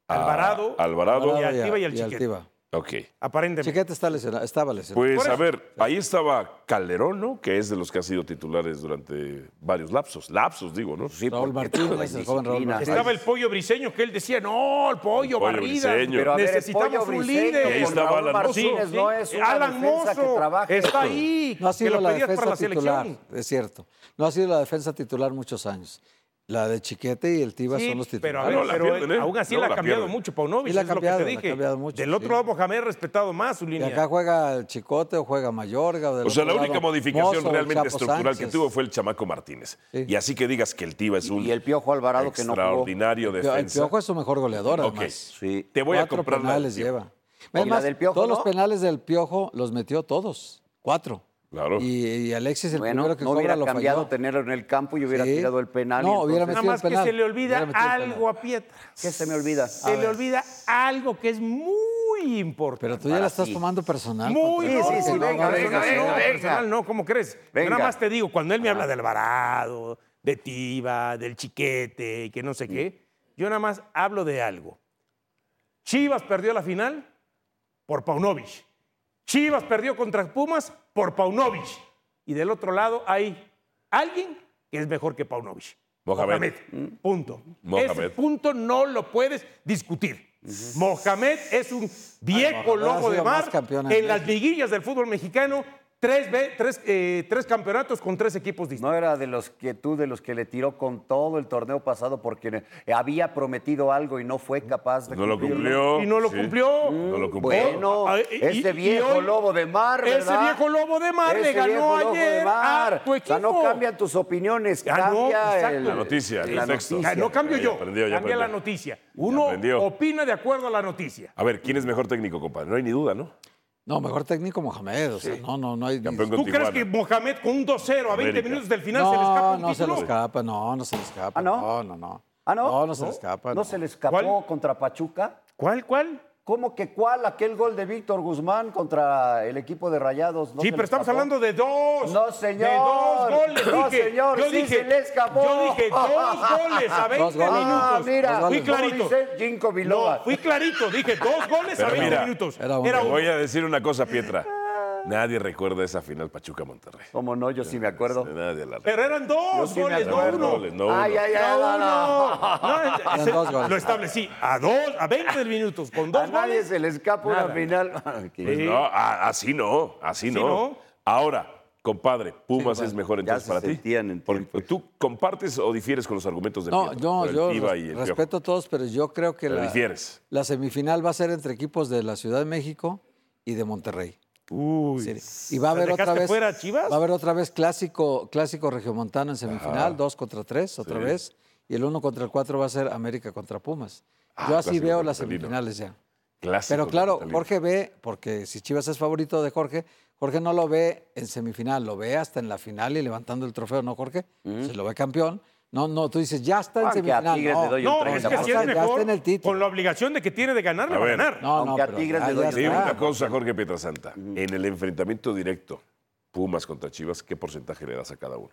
S6: a
S4: Alvarado.
S6: Alvarado.
S4: Y Altiva y el Chiquete.
S3: Altiva.
S6: Ok.
S4: Aparentemente.
S3: Chiquete está lesionado, estaba lesionado.
S6: Pues
S4: Por
S6: a
S4: eso.
S6: ver, ahí estaba Calderón, ¿no? Que es de los que ha sido titulares durante varios lapsos. Lapsos, digo, ¿no?
S5: Sí,
S3: Raúl
S5: porque
S3: Martínez,
S5: todo es
S3: Pues el joven Raúl
S5: Pues disciplina.
S3: Martínez.
S4: Estaba el pollo briseño que él decía, no, el pollo,
S6: El pollo
S4: barrida.
S6: briseño.
S5: Pero a ver, el
S4: Necesitamos
S5: pollo
S4: un
S5: briseño
S4: líder.
S5: con
S6: Ahí estaba
S5: Raúl
S6: Alan Mozo.
S5: Martínez, no es una
S4: Alan
S5: defensa que
S4: Mozo
S5: trabaje.
S4: está ahí.
S3: No ha
S4: que
S3: sido
S4: lo
S3: la
S4: pedías para
S3: defensa
S4: la
S3: titular,
S4: selección.
S3: es cierto. No ha sido la defensa titular muchos años. La de Chiquete y el Tiva
S4: Sí,
S3: son los
S4: pero
S3: titulares. Ah,
S4: a ver,
S6: No la
S4: pero
S6: pierden,
S4: él-
S6: ¿eh?
S4: aún así
S6: No
S4: le ha
S6: la
S4: cambiado
S6: pierden.
S4: mucho Paunovic,
S3: Sí, la ha
S4: es lo que
S3: cambiado,
S4: te
S3: la ha
S4: dije.
S3: cambiado mucho,
S4: Del
S3: sí.
S4: otro lado, Mohamed respetado más su
S3: Y
S4: línea.
S3: acá juega el Chicote o juega Mayorga. O, del
S6: O sea, la
S3: otro
S6: única
S3: lado,
S6: modificación
S3: Mozo,
S6: realmente
S3: Chapo
S6: estructural que
S3: Sánchez.
S6: tuvo fue el Chamaco Martínez.
S3: Sí.
S6: Y así que digas que el Tiva es un
S5: Y el Piojo Alvarado que no jugó.
S6: extraordinario
S3: El
S6: defensa.
S3: Piojo es su mejor goleador,
S6: Ok.
S3: además.
S5: Sí.
S6: Te voy a
S3: Cuatro
S6: comprar la
S3: penales
S6: del Piojo.
S3: lleva.
S5: la
S3: Además,
S5: del Piojo,
S3: todos los
S5: no?
S3: penales del Piojo los metió todos, cuatro.
S6: Claro.
S3: Y, y Alexis, el
S5: Bueno,
S3: primero que
S5: no
S3: cobra,
S5: hubiera
S3: lo
S5: cambiado
S3: falló.
S5: tenerlo en el campo y hubiera
S3: Sí.
S5: tirado el penal. y
S3: No, hubiera
S5: entonces-
S3: metido
S4: Nada
S3: el
S4: más que
S3: penal.
S4: se le olvida
S3: Hubiera metido el
S4: algo a Pietra.
S5: ¿Qué se me olvida?
S4: Se le olvida algo que es muy importante.
S3: Pero tú ya la estás
S5: ti.
S3: tomando personal.
S4: Muy
S3: Patricio.
S4: no,
S5: sí, sí,
S4: no,
S5: venga,
S4: no,
S5: venga,
S4: personal
S5: venga,
S4: no,
S5: venga.
S4: personal no, ¿cómo crees? Yo
S5: Venga.
S4: Nada más te digo, cuando él me habla de Alvarado, de Tiba, del Chiquete, que no sé qué, yo nada más hablo de algo. Chivas perdió la final por Paunovic. Chivas perdió contra Pumas por Paunovic. Y del otro lado hay alguien que es mejor que Paunovic.
S6: Mohamed. Mm.
S4: Mohamed. Punto.
S6: Mohamed.
S4: Ese punto no lo puedes discutir. Mohamed es un viejo
S3: Mohamed ha
S4: lobo de
S3: sido más
S4: mar
S3: campeón en
S4: en las
S3: México.
S4: liguillas del fútbol mexicano. Tres, ve- tres, eh, tres campeonatos con tres equipos distintos.
S5: No era de los que tú, de los que le tiró con todo el torneo pasado porque había prometido algo y no fue capaz de
S6: No lo
S5: cumplirlo.
S6: cumplió.
S4: Pues Y no lo
S6: sí.
S4: cumplió.
S6: No lo cumplió.
S5: Bueno,
S4: Ah, y-
S5: ese
S4: y-
S5: viejo
S4: y hoy-
S5: lobo de mar,
S4: ese
S5: ¿verdad?
S4: viejo lobo de mar le
S5: Ese
S4: ganó
S5: viejo lobo
S4: ayer
S5: de mar.
S4: a tu
S5: O sea, no
S4: equipo.
S5: cambian tus opiniones,
S4: Ganó,
S5: cambia
S4: exacto.
S5: el-
S6: La noticia, el Eh,
S5: la
S6: contexto.
S5: noticia.
S4: Ah, No cambio
S6: Ya
S4: yo,
S6: aprendió, ya
S4: cambié la
S6: aprendió.
S4: noticia.
S6: Ya
S4: Uno
S6: aprendió.
S4: opina de acuerdo a la noticia.
S6: A ver, ¿quién es mejor técnico, compadre? No hay ni duda, ¿no?
S3: No, mejor técnico Mohamed. O sea, no, no, no hay.
S6: Campeón con
S4: ¿Tú crees
S6: Tijuana.
S4: que Mohamed con un 2-0 a 20
S6: América.
S4: minutos del final
S3: no,
S4: se le escapa un
S3: no se
S4: título?
S3: le escapa, no, no se le escapa.
S5: ¿Ah, no?
S3: No, no, no.
S5: Ah, ¿no?
S3: No, no se le escapa.
S5: ¿No se le escapó
S4: ¿Cuál?
S5: contra Pachuca?
S4: ¿Cuál, cuál?
S5: ¿Cómo que cuál? Aquel gol de Víctor Guzmán contra el equipo de Rayados. ¿no
S4: sí,
S5: se
S4: pero
S5: le
S4: estamos
S5: escapó?
S4: hablando de dos.
S5: No, señor.
S4: De dos goles.
S5: No,
S4: dije.
S5: señor,
S4: Yo
S5: sí
S4: dije,
S5: se le escapó.
S4: Yo dije dos goles a 20
S3: Dos goles.
S4: minutos.
S5: Ah, mira,
S3: Dos
S4: fui
S3: goles.
S4: clarito.
S5: Como dice Ginkgo Biloba.
S4: No, fui clarito. Dije dos goles
S6: Pero
S4: a 20
S6: mira,
S4: minutos.
S3: era un
S4: Era
S6: Te
S4: un-
S6: voy a decir una cosa, Pietra. Nadie recuerda esa final Pachuca-Monterrey.
S5: ¿Cómo no? Yo sí me acuerdo.
S6: Nadie la
S4: Pero eran
S5: Yo
S4: dos
S5: sí me
S4: goles, no
S5: acuerdo.
S4: uno.
S6: No, uno.
S5: Ay, ay, ay.
S4: No,
S5: no, no.
S4: uno. No,
S3: Eran
S4: se-
S3: dos goles.
S4: Lo establecí a dos, a 20 minutos, con dos
S5: A nadie
S4: goles.
S5: se le escapa una
S4: Nada.
S5: final.
S6: Pues no, a- así no, así no.
S4: no.
S6: Ahora, compadre, Pumas es mejor entonces
S5: se
S6: para ti.
S5: sentían en
S6: Porque ¿Tú compartes o difieres con los argumentos de
S3: No,
S6: Pietra,
S3: no,
S6: con el
S3: yo
S6: Tiva
S3: res-
S6: y el Piojo?
S3: respeto a todos, pero yo creo que
S6: Pero
S3: la,
S6: difieres.
S3: la semifinal va a ser entre equipos de la Ciudad de México y de Monterrey.
S4: Uy.
S3: Y va a
S4: ¿Te
S3: haber otra
S4: dejaste
S3: vez
S4: fuera a Chivas?
S3: va a haber otra vez clásico clásico regiomontano en semifinal, dos contra tres otra vez y el uno contra el cuatro va a ser América contra Pumas. Yo así
S6: Ah, clásico
S3: veo las
S6: capitalino.
S3: semifinales ya.
S6: Clásico
S3: Pero
S6: de
S3: claro,
S6: Catalina.
S3: Jorge ve, porque si Chivas es favorito de Jorge, Jorge no lo ve en semifinal, lo ve hasta en la final y levantando el trofeo, ¿no, Jorge? Se lo ve campeón, No, no, tú dices, ya está en
S5: Aunque a
S3: semifinal.
S5: Tigres
S3: no,
S5: le doy un
S4: No, es
S5: 30,
S4: que
S3: ya
S4: si es
S5: basta,
S3: está- ya está
S4: mejor,
S3: en el título.
S4: con la obligación de que tiene de ganar, le
S6: A
S4: va a
S6: ver.
S4: ganar.
S3: No, no,
S5: Aunque a
S3: pero
S5: Tigres
S3: ya-
S5: le doy
S3: ya
S5: un
S6: Dime
S3: está.
S6: una cosa, Jorge Pietrasanta. En el enfrentamiento directo, Pumas contra Chivas, ¿qué porcentaje le das a cada uno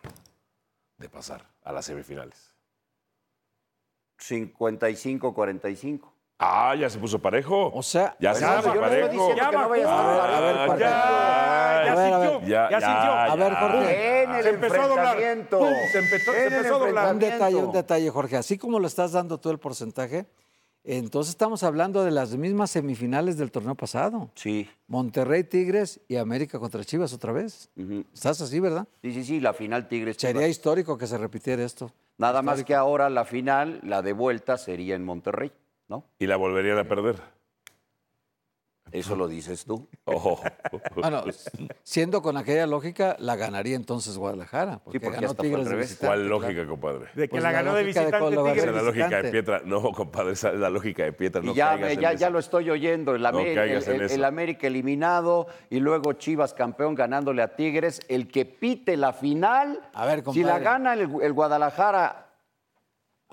S6: de pasar a las semifinales?
S5: 55-45.
S6: Ah, ya se puso parejo.
S3: O sea,
S6: ya se
S5: Ya,
S6: puso
S5: yo no estoy
S6: parejo.
S5: diciendo
S4: Ya
S5: que no
S4: bajó.
S5: vaya a estar
S6: Ah,
S3: A ver,
S5: parejo.
S3: Jorge.
S4: Ya,
S3: A ver, a
S4: ya
S3: ver.
S4: sintió,
S6: Ya,
S4: ya,
S6: ya,
S4: sintió.
S6: ya.
S3: A ver, Jorge.
S5: En el
S4: Se empezó a doblar.
S5: enfrentamiento.
S4: Pum, se empezó- se
S5: En el
S4: empezó a doblar.
S3: Un detalle, un
S5: enfrentamiento.
S3: detalle, Jorge. Así como lo estás dando tú el porcentaje, entonces estamos hablando de las mismas semifinales del torneo pasado.
S5: Sí.
S3: Monterrey, Tigres y América contra Chivas otra vez. Estás así, ¿verdad?
S5: Sí, sí, sí, la final Tigres.
S3: Sería
S5: Chivas.
S3: histórico que se repitiera esto.
S5: Nada más que ahora la final, la de vuelta, sería en Monterrey, ¿no?
S6: Y la volverían a perder.
S5: Eso lo dices tú.
S6: Ojo.
S3: Bueno,
S5: pues,
S3: siendo con aquella lógica, la ganaría entonces Guadalajara. Porque,
S5: porque
S3: ganó
S5: hasta fue al
S3: Tigres de
S5: revés.
S3: visitante,
S6: ¿Cuál
S3: claro.
S6: lógica, compadre?
S4: De que
S3: Pues
S4: la
S3: la
S4: ganó de
S3: lógica de
S4: visitante
S3: Córdoba,
S6: Esa es la
S4: Tigres.
S3: ¿verdad?
S6: lógica de
S3: visitante.
S6: Pietra. No, compadre, esa es la lógica de Pietra. No
S5: y ya,
S6: caigas en
S5: ya,
S6: eso.
S5: ya lo estoy oyendo. El, Amé-
S6: caigas
S5: el-
S6: en
S5: el-
S6: eso.
S5: el América eliminado y luego Chivas campeón ganándole a Tigres. El que pite la final.
S3: A ver,
S5: si
S3: compadre.
S5: la gana el, el Guadalajara,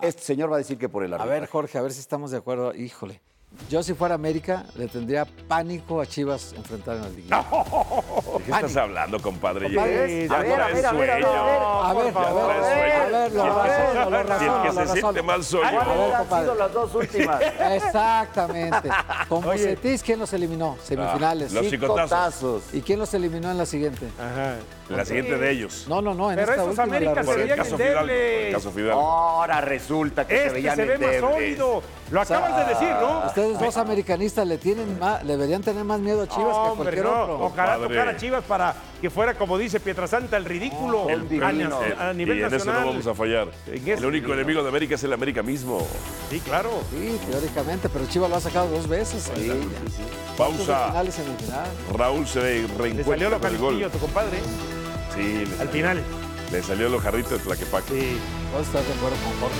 S5: este señor va a decir que por el
S3: A
S5: arbitraje.
S3: ver, Jorge, a ver si estamos de acuerdo. Híjole. Yo si fuera América, le tendría pánico a Chivas enfrentar en la liguilla.
S6: ¿De qué estás hablando, compadre?
S5: A ver,
S6: Ya-
S5: a
S6: ya
S5: ver, a
S6: traes
S5: ver, a ver, a ver.
S6: sueño.
S3: A ver,
S4: por
S3: a ver,
S6: favor.
S3: a ver, lo
S6: Si el que se-
S3: razono, lo
S6: Si el
S3: razono,
S6: que
S3: lo
S6: se siente
S3: razono.
S6: mal soy
S3: A ver,
S6: yo.
S5: ¿Cuáles han
S3: compadre.
S5: sido las dos últimas?
S3: Exactamente. Con Bucetich, ¿quién los eliminó? Semifinales.
S6: Los
S3: Sí.
S6: chicotazos.
S5: Tazos.
S3: ¿Y quién los eliminó en la siguiente?
S4: Ajá.
S6: La siguiente de ellos.
S3: No, no, no, en
S4: Pero
S3: esta
S4: esos
S3: última. la Oh,
S4: Américas
S6: Por
S3: reciente.
S4: veían
S6: el caso Fidalgo. El
S4: endebles.
S6: caso Fidalgo.
S5: Ahora resulta que se
S4: Este
S5: veían
S4: se ve más
S5: endebles.
S4: sólido. Lo acabas de decir, ¿no?
S3: Ah, Ustedes dos americanistas le tienen más, le deberían tener más miedo a Chivas que a
S4: Hombre,
S3: cualquier
S4: no.
S3: otro.
S4: Ojalá
S6: Padre.
S4: tocar a Chivas para que fuera, como dice Pietrasanta, el ridículo
S5: Oh, El
S4: a,
S5: divino.
S6: Eh,
S4: a nivel
S6: y en eso
S4: nacional.
S6: no vamos a fallar.
S4: En eso
S6: El único
S4: sí, no.
S6: enemigo de América es el América mismo.
S4: Sí, claro.
S3: Sí, teóricamente, pero Chivas lo ha sacado dos veces. Sí,
S6: Pues, Pausa.
S3: Finales en el final.
S6: Raúl se re-
S4: Le salió
S6: reencuentra
S4: lo
S6: con el gol.
S4: calientillo a tu compadre
S6: Sí, le
S4: al
S6: salió,
S4: final.
S6: le salió los jarritos de Tlaquepaque.
S4: Sí.
S3: Todos están de acuerdo con Jorge.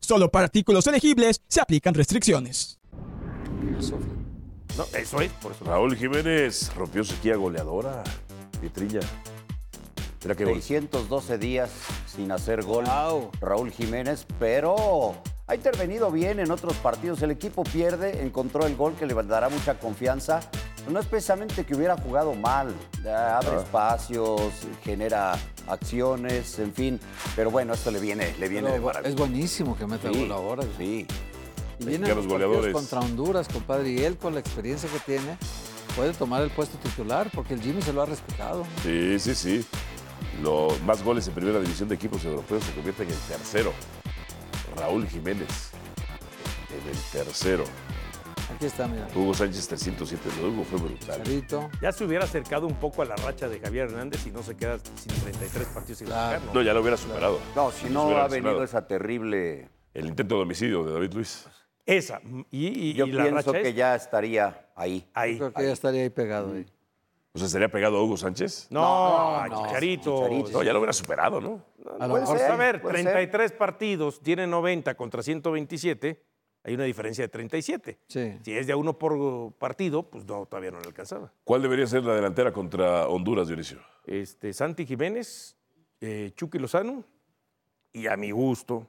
S8: Solo para artículos elegibles se aplican restricciones.
S4: No, eso es, por eso.
S6: Raúl Jiménez rompió sequía goleadora. Pietrilla. Mira qué gol.
S5: 612 días sin hacer gol
S3: Au.
S5: Raúl Jiménez, pero ha intervenido bien en otros partidos. El equipo pierde, encontró el gol que le dará mucha confianza. No es precisamente que hubiera jugado mal, eh,
S6: Ah.
S5: abre espacios, genera acciones, en fin. Pero bueno, esto le viene, le viene de
S3: Pero
S5: maravilla.
S3: Es buenísimo que meta
S5: Sí,
S3: gol ahora. Y
S5: Sí.
S3: vienen
S6: Mexicanos
S3: los
S6: goleadores.
S3: goleadores. contra Honduras, compadre. Y él, con la experiencia que tiene, puede tomar el puesto titular porque el Jimmy se lo ha respetado.
S6: Sí, sí, sí. Lo, más goles en primera división de equipos europeos se convierte en el tercero. Raúl Jiménez. En el tercero.
S3: Aquí está, mira.
S6: Hugo Sánchez 307. Lo de Hugo fue brutal.
S3: Cerrito.
S4: Ya se hubiera acercado un poco a la racha de Javier Hernández y no se queda sin 33 partidos sin
S3: Claro.
S4: marcar, ¿no?
S6: No, ya lo hubiera superado.
S5: No, si
S6: Se
S5: no
S6: hubiera
S5: ha venido
S6: lesionado.
S5: esa terrible.
S6: El intento de homicidio de David Luis.
S4: Esa. mm, Y, y-
S5: Yo
S4: y la
S5: pienso
S4: racha
S5: que
S4: es
S5: ya estaría ahí.
S4: ahí.
S3: Creo que ya estaría ahí pegado. ahí.
S6: O sea, ¿sería pegado a Hugo Sánchez?
S4: No,
S3: no,
S4: Chicharito.
S6: No, ya lo hubiera superado, ¿no?
S3: A lo
S5: Puede
S3: mejor
S5: ser.
S4: a ver,
S5: puede
S4: 33 partidos, tiene 90 contra 127, hay una diferencia de 37.
S3: Sí.
S4: Si es de a uno por partido, pues no, todavía no le alcanzaba.
S6: ¿Cuál debería ser la delantera contra Honduras, Dionisio?
S4: Este, Santi Jiménez, eh, Chucky Lozano, y a mi gusto,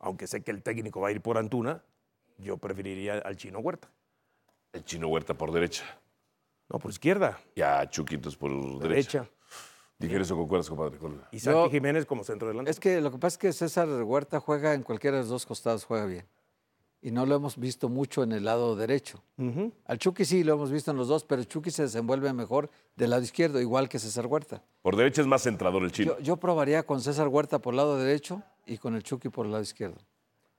S4: aunque sé que el técnico va a ir por Antuna, yo preferiría al Chino Huerta.
S6: El chino Huerta por derecha.
S4: No, por izquierda,
S6: Y a Chuquitos por derecha.
S4: derecha.
S6: Dijeron eso con cuerdas, compadre. Con...
S4: Y Santi
S3: Yo-
S4: Jiménez como centro delantero.
S3: Es que lo que pasa es que César Huerta juega en cualquiera de los dos costados, juega bien. y no lo hemos visto mucho en el lado derecho. Al Chucky sí lo hemos visto en los dos, pero el Chucky se desenvuelve mejor del lado izquierdo, igual que César Huerta.
S6: Por derecha es más centrador el chino.
S3: Yo, yo probaría con César Huerta por el lado derecho y con el Chucky por el lado izquierdo.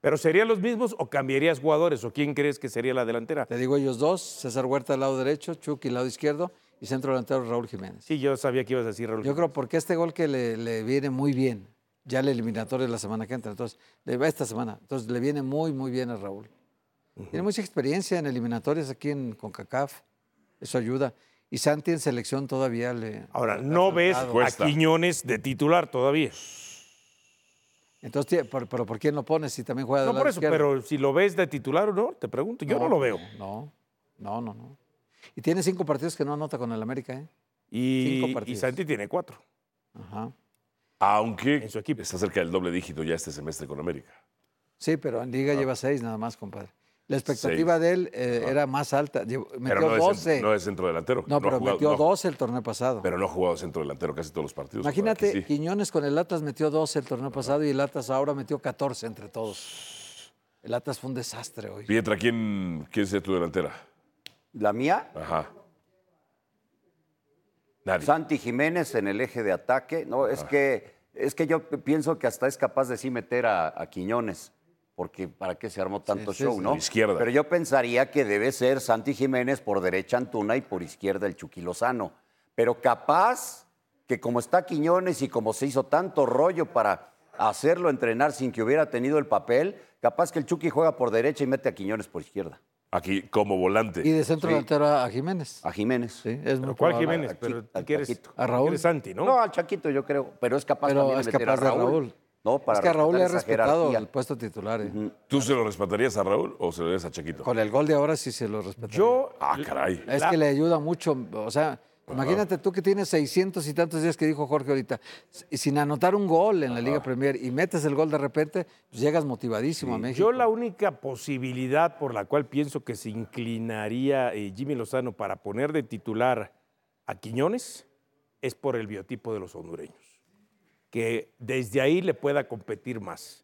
S4: ¿Pero serían los mismos o cambiarías jugadores? ¿O quién crees que sería la delantera?
S3: Te digo ellos dos, César Huerta al lado derecho, Chucky al lado izquierdo y centro delantero Raúl Jiménez.
S4: Sí, yo sabía que ibas a decir Raúl.
S3: Yo creo porque este gol que le, le viene muy bien, ya el eliminatorio de la semana que entra, entonces le va esta semana, entonces le viene muy, muy bien a Raúl. Tiene mucha experiencia en eliminatorias aquí en CONCACAF, eso ayuda. Y Santi en selección todavía le...
S4: Ahora,
S3: le ha
S4: no ves
S3: faltado.
S6: Cuesta.
S4: a Quiñones de titular todavía.
S3: Entonces, tie- por- pero ¿por quién lo pones si también juega de
S4: No
S3: lado
S4: por eso,
S3: izquierdo?
S4: pero si lo ves de titular o no, te pregunto. Yo no, lo veo.
S3: No, no, no, no. Y tiene cinco partidos que no anota con el América, ¿eh? Cinco
S4: Y, y
S3: partidos.
S4: Santi tiene cuatro.
S3: Ajá.
S6: Aunque
S4: En su equipo.
S6: está cerca del doble dígito ya este semestre con América.
S3: Sí, pero en
S4: Ah.
S3: Liga lleva seis nada más, compadre. La expectativa de él eh, era más alta. Llevo- Metió
S6: Pero no, es,
S3: 12.
S6: cent- no es centro delantero.
S3: No, pero
S6: ha jugado-
S3: metió
S6: no,
S3: 12 el torneo pasado.
S6: Pero no ha jugado centro delantero casi todos los
S5: Pues,
S6: partidos.
S3: Imagínate,
S6: Ahora que sí.
S3: Quiñones con el Atlas metió 12 el torneo pasado y el Atlas ahora metió 14 entre todos. El Atlas fue un desastre hoy.
S6: Pietra, ¿quién, ¿quién sería tu delantera?
S5: La mía,
S6: Ajá. Nadie. Ah.
S5: Santi Jiménez en el eje de ataque. No, es que, es que yo pienso que hasta es capaz de sí meter a, a Quiñones. Porque para qué se armó tanto
S3: sí,
S5: show,
S3: sí.
S5: ¿no?
S6: Por izquierda.
S5: Pero yo pensaría que debe ser Santi Jiménez por derecha Antuna y por izquierda el Chucky Lozano. Pero capaz que como está Quiñones y como se hizo tanto rollo para hacerlo entrenar sin que hubiera tenido el papel, capaz que el Chucky juega por derecha y mete a Quiñones por izquierda.
S6: Aquí, como volante.
S3: Y de centro
S5: Sí.
S3: delantero a a Jiménez.
S5: A Jiménez.
S3: Sí, es muy
S4: Pero ¿Cuál
S3: probable.
S4: Jiménez?
S5: Aquí-
S4: Pero
S5: al
S4: quieres,
S5: Paquito.
S3: A Raúl.
S4: quieres Santi, ¿no?
S5: al Chaquito yo creo, pero es capaz
S3: Pero
S5: también
S3: es
S5: de meter
S3: capaz
S5: a
S3: de
S5: Raúl.
S3: Raúl.
S5: No, para
S3: es que a Raúl le ha
S5: respetar esa
S3: respetado
S5: jerarquía.
S3: el puesto titular. ¿eh?
S6: ¿Tú se lo respetarías a Raúl o se lo darías a Chaquito?
S3: Con el gol de ahora sí se lo respeta.
S4: Yo,
S6: Ah, caray.
S3: Es
S4: La-
S3: que le ayuda mucho. O sea, imagínate tú que tienes 600 y tantos días que dijo Jorge ahorita, s- y sin anotar un gol en la Liga Premier y metes el gol de repente, pues llegas motivadísimo a México.
S4: yo la única posibilidad por la cual pienso que se inclinaría eh, Jimmy Lozano para poner de titular a Quiñones es por el biotipo de los hondureños. Que desde ahí le pueda competir más.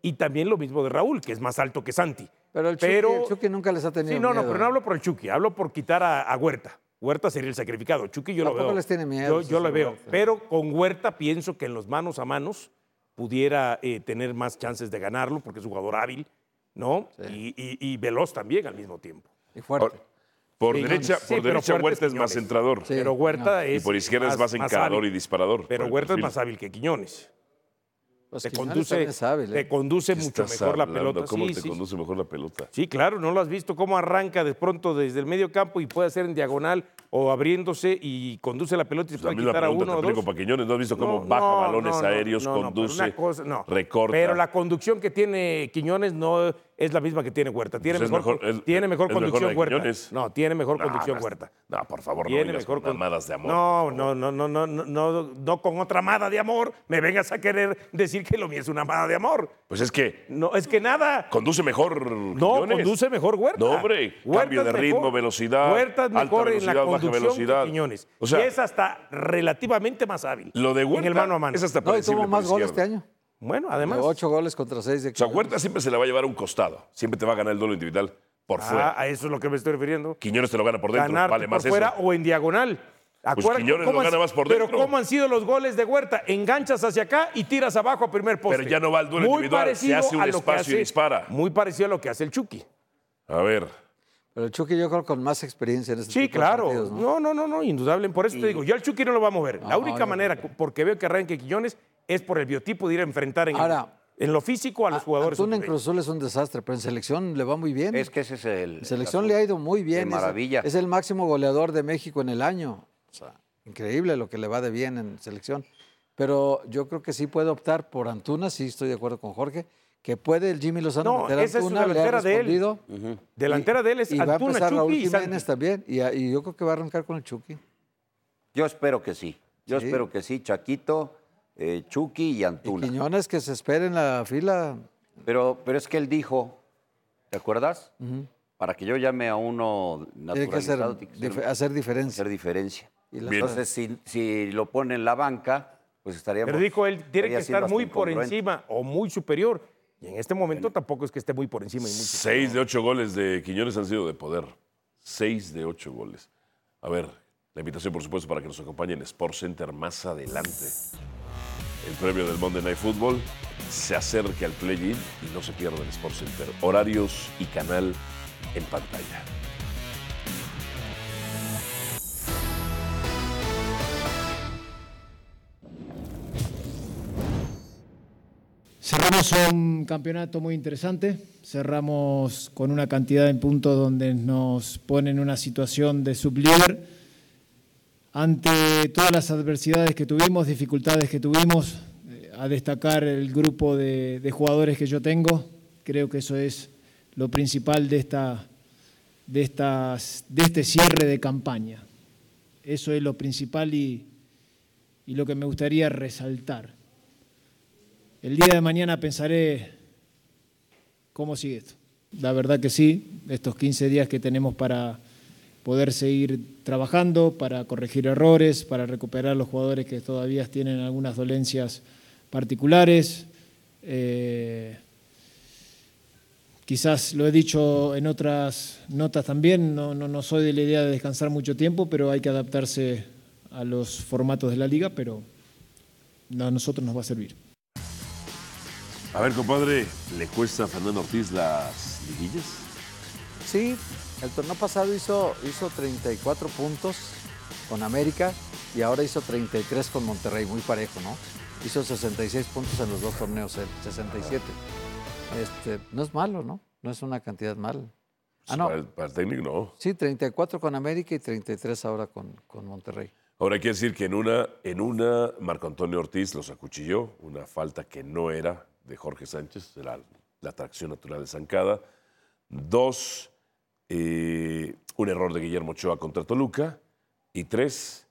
S4: Y también lo mismo de Raúl, que es más alto que Santi.
S3: Pero el Chucky, el Chucky nunca les ha tenido
S4: Sí, no, no,
S3: miedo,
S4: pero no
S3: ¿eh?
S4: hablo por el Chucky, hablo por quitar a, a Huerta. Huerta sería el sacrificado. Chucky yo lo
S3: Tampoco
S4: veo.
S3: les tiene miedo,
S4: Yo,
S3: sí,
S4: yo lo
S3: sí,
S4: veo.
S3: Huerta.
S4: Pero con Huerta pienso que en los manos a manos pudiera eh, tener más chances de ganarlo porque es un jugador hábil, ¿no? Y, y- y veloz también al mismo tiempo.
S3: Y fuerte.
S6: Ahora, Por
S4: Sí,
S6: derecha,
S4: sí, pero
S6: por derecha
S4: fuerte
S6: Huerta
S4: es
S6: es más
S4: Quiñones.
S6: centrador.
S3: Sí.
S4: pero Huerta
S3: no.
S4: es.
S6: Y por izquierda es más encarador
S4: hábil.
S6: y disparador.
S4: Pero
S6: por el
S4: Huerta es
S6: perfil.
S4: más hábil que Quiñones.
S3: Pues
S4: Te
S3: Quiñones
S4: conduce,
S3: también es hábil, ¿eh?
S4: te conduce
S6: ¿Qué
S4: mucho
S6: estás
S4: mejor la
S6: hablando?
S4: pelota. sí,
S6: ¿Cómo te
S4: sí, Pues sí.
S6: conduce mejor la pelota?
S4: Sí, claro, no lo has visto cómo arranca de pronto desde el medio campo y puede hacer en diagonal o abriéndose y conduce la pelota y
S6: Pues
S4: puede
S6: también la
S4: quitar a
S6: pregunta,
S4: uno o
S6: también
S4: dos.
S6: con Paquiñones, ¿no has visto cómo
S4: No,
S6: baja
S4: no,
S6: balones
S4: no, no,
S6: aéreos,
S4: no, no, pero
S6: conduce,
S4: una cosa- no.
S6: recorta?
S4: Pero la conducción que tiene Quiñones no es la misma que tiene Huerta. Tiene
S6: Pues es
S4: mejor,
S6: mejor- es-
S4: tiene mejor
S6: es mejor la
S4: conducción
S6: de
S4: Huerta.
S6: Quiñones.
S4: No, tiene mejor
S6: No,
S4: conducción
S6: no,
S4: Huerta.
S6: No, por favor, no
S4: Tiene
S6: digas
S4: mejor
S6: con mamadas de amor.
S4: No, no, no, no, no, no, no, no con otra amada de amor me vengas a querer decir que lo mío es una amada de amor.
S6: Pues es que
S4: No, es que nada.
S6: conduce mejor
S4: No,
S6: Quiñones.
S4: conduce mejor Huerta.
S6: No, hombre,
S4: Huerta
S6: cambio de
S4: es
S6: ritmo,
S4: mejor.
S6: velocidad,
S4: Huerta es
S6: alta
S4: mejor en la
S6: velocidad, baja
S4: conducción
S6: velocidad.
S4: que Quiñones.
S6: O sea-
S4: y es hasta relativamente más hábil.
S6: Lo de Huerta
S4: En el mano a mano.
S6: es hasta
S3: No, y
S6: predecible
S3: tuvo
S6: por
S3: más goles este
S6: izquierda.
S3: año.
S4: Bueno, además.
S3: Ocho goles contra seis de
S6: O sea,
S3: Quiñones.
S6: Huerta siempre se la va a llevar a un costado. Siempre te va a ganar el duelo individual por
S4: Ah,
S6: fuera.
S4: a eso es lo que me estoy refiriendo.
S6: Quiñones te lo gana por dentro.
S4: Ganar
S6: vale
S4: por
S6: más
S4: fuera
S6: eso. Pues
S4: o en diagonal. Acuérdate
S6: Quiñones
S4: cómo
S6: lo
S4: han-
S6: gana más por dentro.
S4: Pero cómo han sido los goles de Huerta. Enganchas hacia acá y tiras abajo a primer poste.
S6: Pero ya no va al duelo
S4: Muy
S6: individual, se
S4: parecido
S6: hace un
S4: a lo que
S6: espacio y
S4: hace-
S6: dispara.
S4: Muy parecido a lo que hace el Chucky.
S6: A ver,
S3: Pero el Chucky yo creo con más experiencia en este
S4: Sí,
S3: tipo de
S4: claro.
S3: partidos, ¿no?
S4: ¿no? no, no, no, indudable. Por eso te digo, yo al Chucky no lo va a mover. la
S3: No,
S4: única
S3: yo-
S4: manera, porque veo que arranque Quiñones, es por el biotipo de ir a enfrentar en,
S3: Ahora,
S4: en lo físico a los jugadores.
S3: Antuna en Cruz
S4: hondureños.
S3: Azul es un desastre, pero en selección le va muy bien.
S5: Es que ese es el.
S3: En selección le ha ido muy bien.
S5: De
S3: es-
S5: maravilla.
S3: Es, el máximo goleador de México en el año. O sea, increíble lo que le va de bien en selección. Pero yo creo que sí puede optar por Antuna, sí estoy de acuerdo con Jorge, que puede el Jimmy Lozano
S4: No,
S3: meter a
S4: esa es su
S3: Antuna, le ha
S4: delantera de él.
S3: respondido.
S4: Delantera de él es
S3: y va a
S4: Antuna,
S3: empezar Raúl
S4: Chucky y Santi.
S3: Jiménez también. Y, a- y yo creo que va a arrancar con el Chucky.
S5: Yo espero que sí. Yo
S3: Sí.
S5: espero que sí. Chaquito, eh, Chucky y
S3: Y
S5: Antuna.
S3: Quiñones que se espere en la fila.
S5: Pero, pero es que él dijo, ¿te acuerdas? Para que yo llame a uno
S3: Tiene que hacer,
S5: naturalizado, tiene que ser-
S3: dif- hacer diferencia.
S5: hacer diferencia.
S3: Y la-
S5: Entonces, si, si lo pone en la banca, pues estaríamos.
S4: Pero dijo él, tiene
S5: estaría
S4: que
S5: siendo
S4: estar
S5: hasta
S4: muy por
S5: incongruente.
S4: encima o muy superior. Y en este momento tampoco es que esté muy por encima. Y mucho.
S6: Seis de ocho goles de Quiñones han sido de poder. Seis de ocho goles. A ver, la invitación, por supuesto, para que nos acompañen en Sport Center más adelante. El premio del Monday Night Football se acerca al play-in y no se pierda el Sport Center. Horarios y canal en pantalla.
S9: Cerramos un campeonato muy interesante, cerramos con una cantidad de puntos donde nos pone en una situación de sublíder. Ante todas las adversidades que tuvimos, dificultades que tuvimos, eh, a destacar el grupo de, de jugadores que yo tengo, creo que eso es lo principal de, esta, de, estas, de este cierre de campaña. Eso es lo principal y- y lo que me gustaría resaltar. El día de mañana pensaré cómo sigue esto. La verdad que sí, estos 15 días que tenemos para poder seguir trabajando, para corregir errores, para recuperar los jugadores que todavía tienen algunas dolencias particulares. Eh, quizás lo he dicho en otras notas también, no, no, no soy de la idea de descansar mucho tiempo, pero hay que adaptarse a los formatos de la liga, pero a nosotros nos va a servir.
S6: A ver, compadre, ¿le cuesta a Fernando Ortiz las liguillas?
S3: Sí, el torneo pasado hizo, hizo 34 puntos con América y ahora hizo 33 con Monterrey, muy parejo, ¿no? Hizo 66 puntos en los dos torneos, él, 67. Este, no es malo, ¿no? No es una cantidad mala. Ah, no.
S6: Para, el, para el técnico, no.
S3: Sí, 34 con América y 33 ahora con, con Monterrey.
S6: Ahora hay que decir que en una, en una, Marco Antonio Ortiz los acuchilló, una falta que no era de Jorge Sánchez, era la atracción natural de Zancada. Dos, eh, un error de Guillermo Ochoa contra Toluca. Y tres,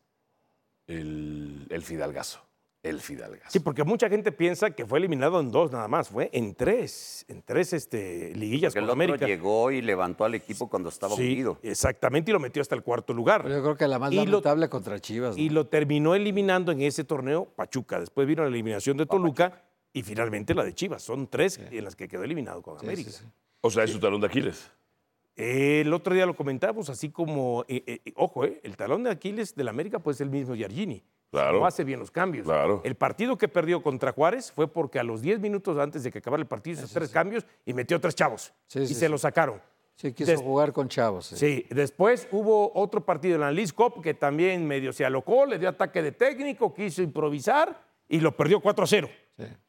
S6: el, el Fidalgazo. El Fidalgazo.
S4: Sí, porque mucha gente piensa que fue eliminado en dos nada más, fue en tres, en tres este, liguillas
S5: Porque el
S4: con
S5: otro
S4: América.
S5: llegó y levantó al equipo cuando estaba
S4: Sí,
S5: hundido.
S4: exactamente, y lo metió hasta el cuarto lugar.
S3: Pero yo creo que la más
S4: Y lo-
S3: lamentable contra Chivas. ¿no?
S4: Y lo terminó eliminando en ese torneo Pachuca. Después vino la eliminación de Toluca y finalmente la de Chivas. Son tres en las que quedó eliminado con
S3: Sí,
S4: América.
S3: sí, sí.
S6: O sea, es su talón de Aquiles.
S4: El otro día lo comentamos, así como, eh, eh, eh, ojo, eh, el talón de Aquiles del América pues es el mismo Yargini.
S6: Claro.
S4: No hace bien los cambios.
S6: Claro.
S4: El partido que perdió contra Juárez fue porque a los 10 minutos antes de que acabara el partido hizo tres cambios y metió tres chavos.
S3: Sí,
S4: y
S3: sí,
S4: se
S3: sí.
S4: los sacaron.
S3: Sí, quiso
S4: Des-
S3: jugar con Chavos. sí.
S4: Sí, después hubo otro partido en la League Cup que también medio se alocó, le dio ataque de técnico, quiso improvisar y lo perdió 4 a 0.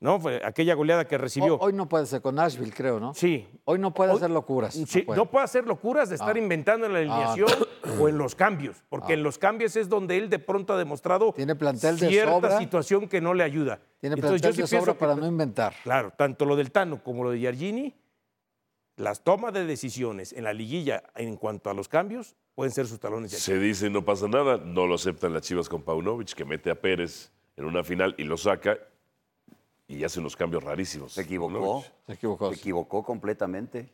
S4: ¿No? Fue aquella goleada que recibió.
S3: Ho- Hoy no puede ser con Nashville, creo, ¿no?
S4: sí.
S3: Hoy no puede
S4: Hoy-
S3: hacer locuras.
S4: Sí,
S3: puede.
S4: no puede hacer locuras de estar
S3: Ah.
S4: inventando en la alineación o en los cambios, porque en los cambios es donde él de pronto ha demostrado
S3: Tiene plantel de
S4: cierta
S3: sobra.
S4: situación que no le ayuda.
S3: Tiene
S4: Entonces,
S3: plantel
S4: yo
S3: de
S4: sí pienso
S3: sobra
S4: que-
S3: para no inventar.
S4: Claro, tanto lo del Tano como lo de Yargini, las tomas de decisiones en la liguilla en cuanto a los cambios pueden ser sus talones de Aquiles.
S6: Se dice no pasa nada, no lo aceptan las Chivas con Paunovic, que mete a Pérez en una final y lo saca y hace unos cambios rarísimos.
S5: Se equivocó.
S6: Paunovic.
S3: Se equivocó.
S5: Se equivocó completamente.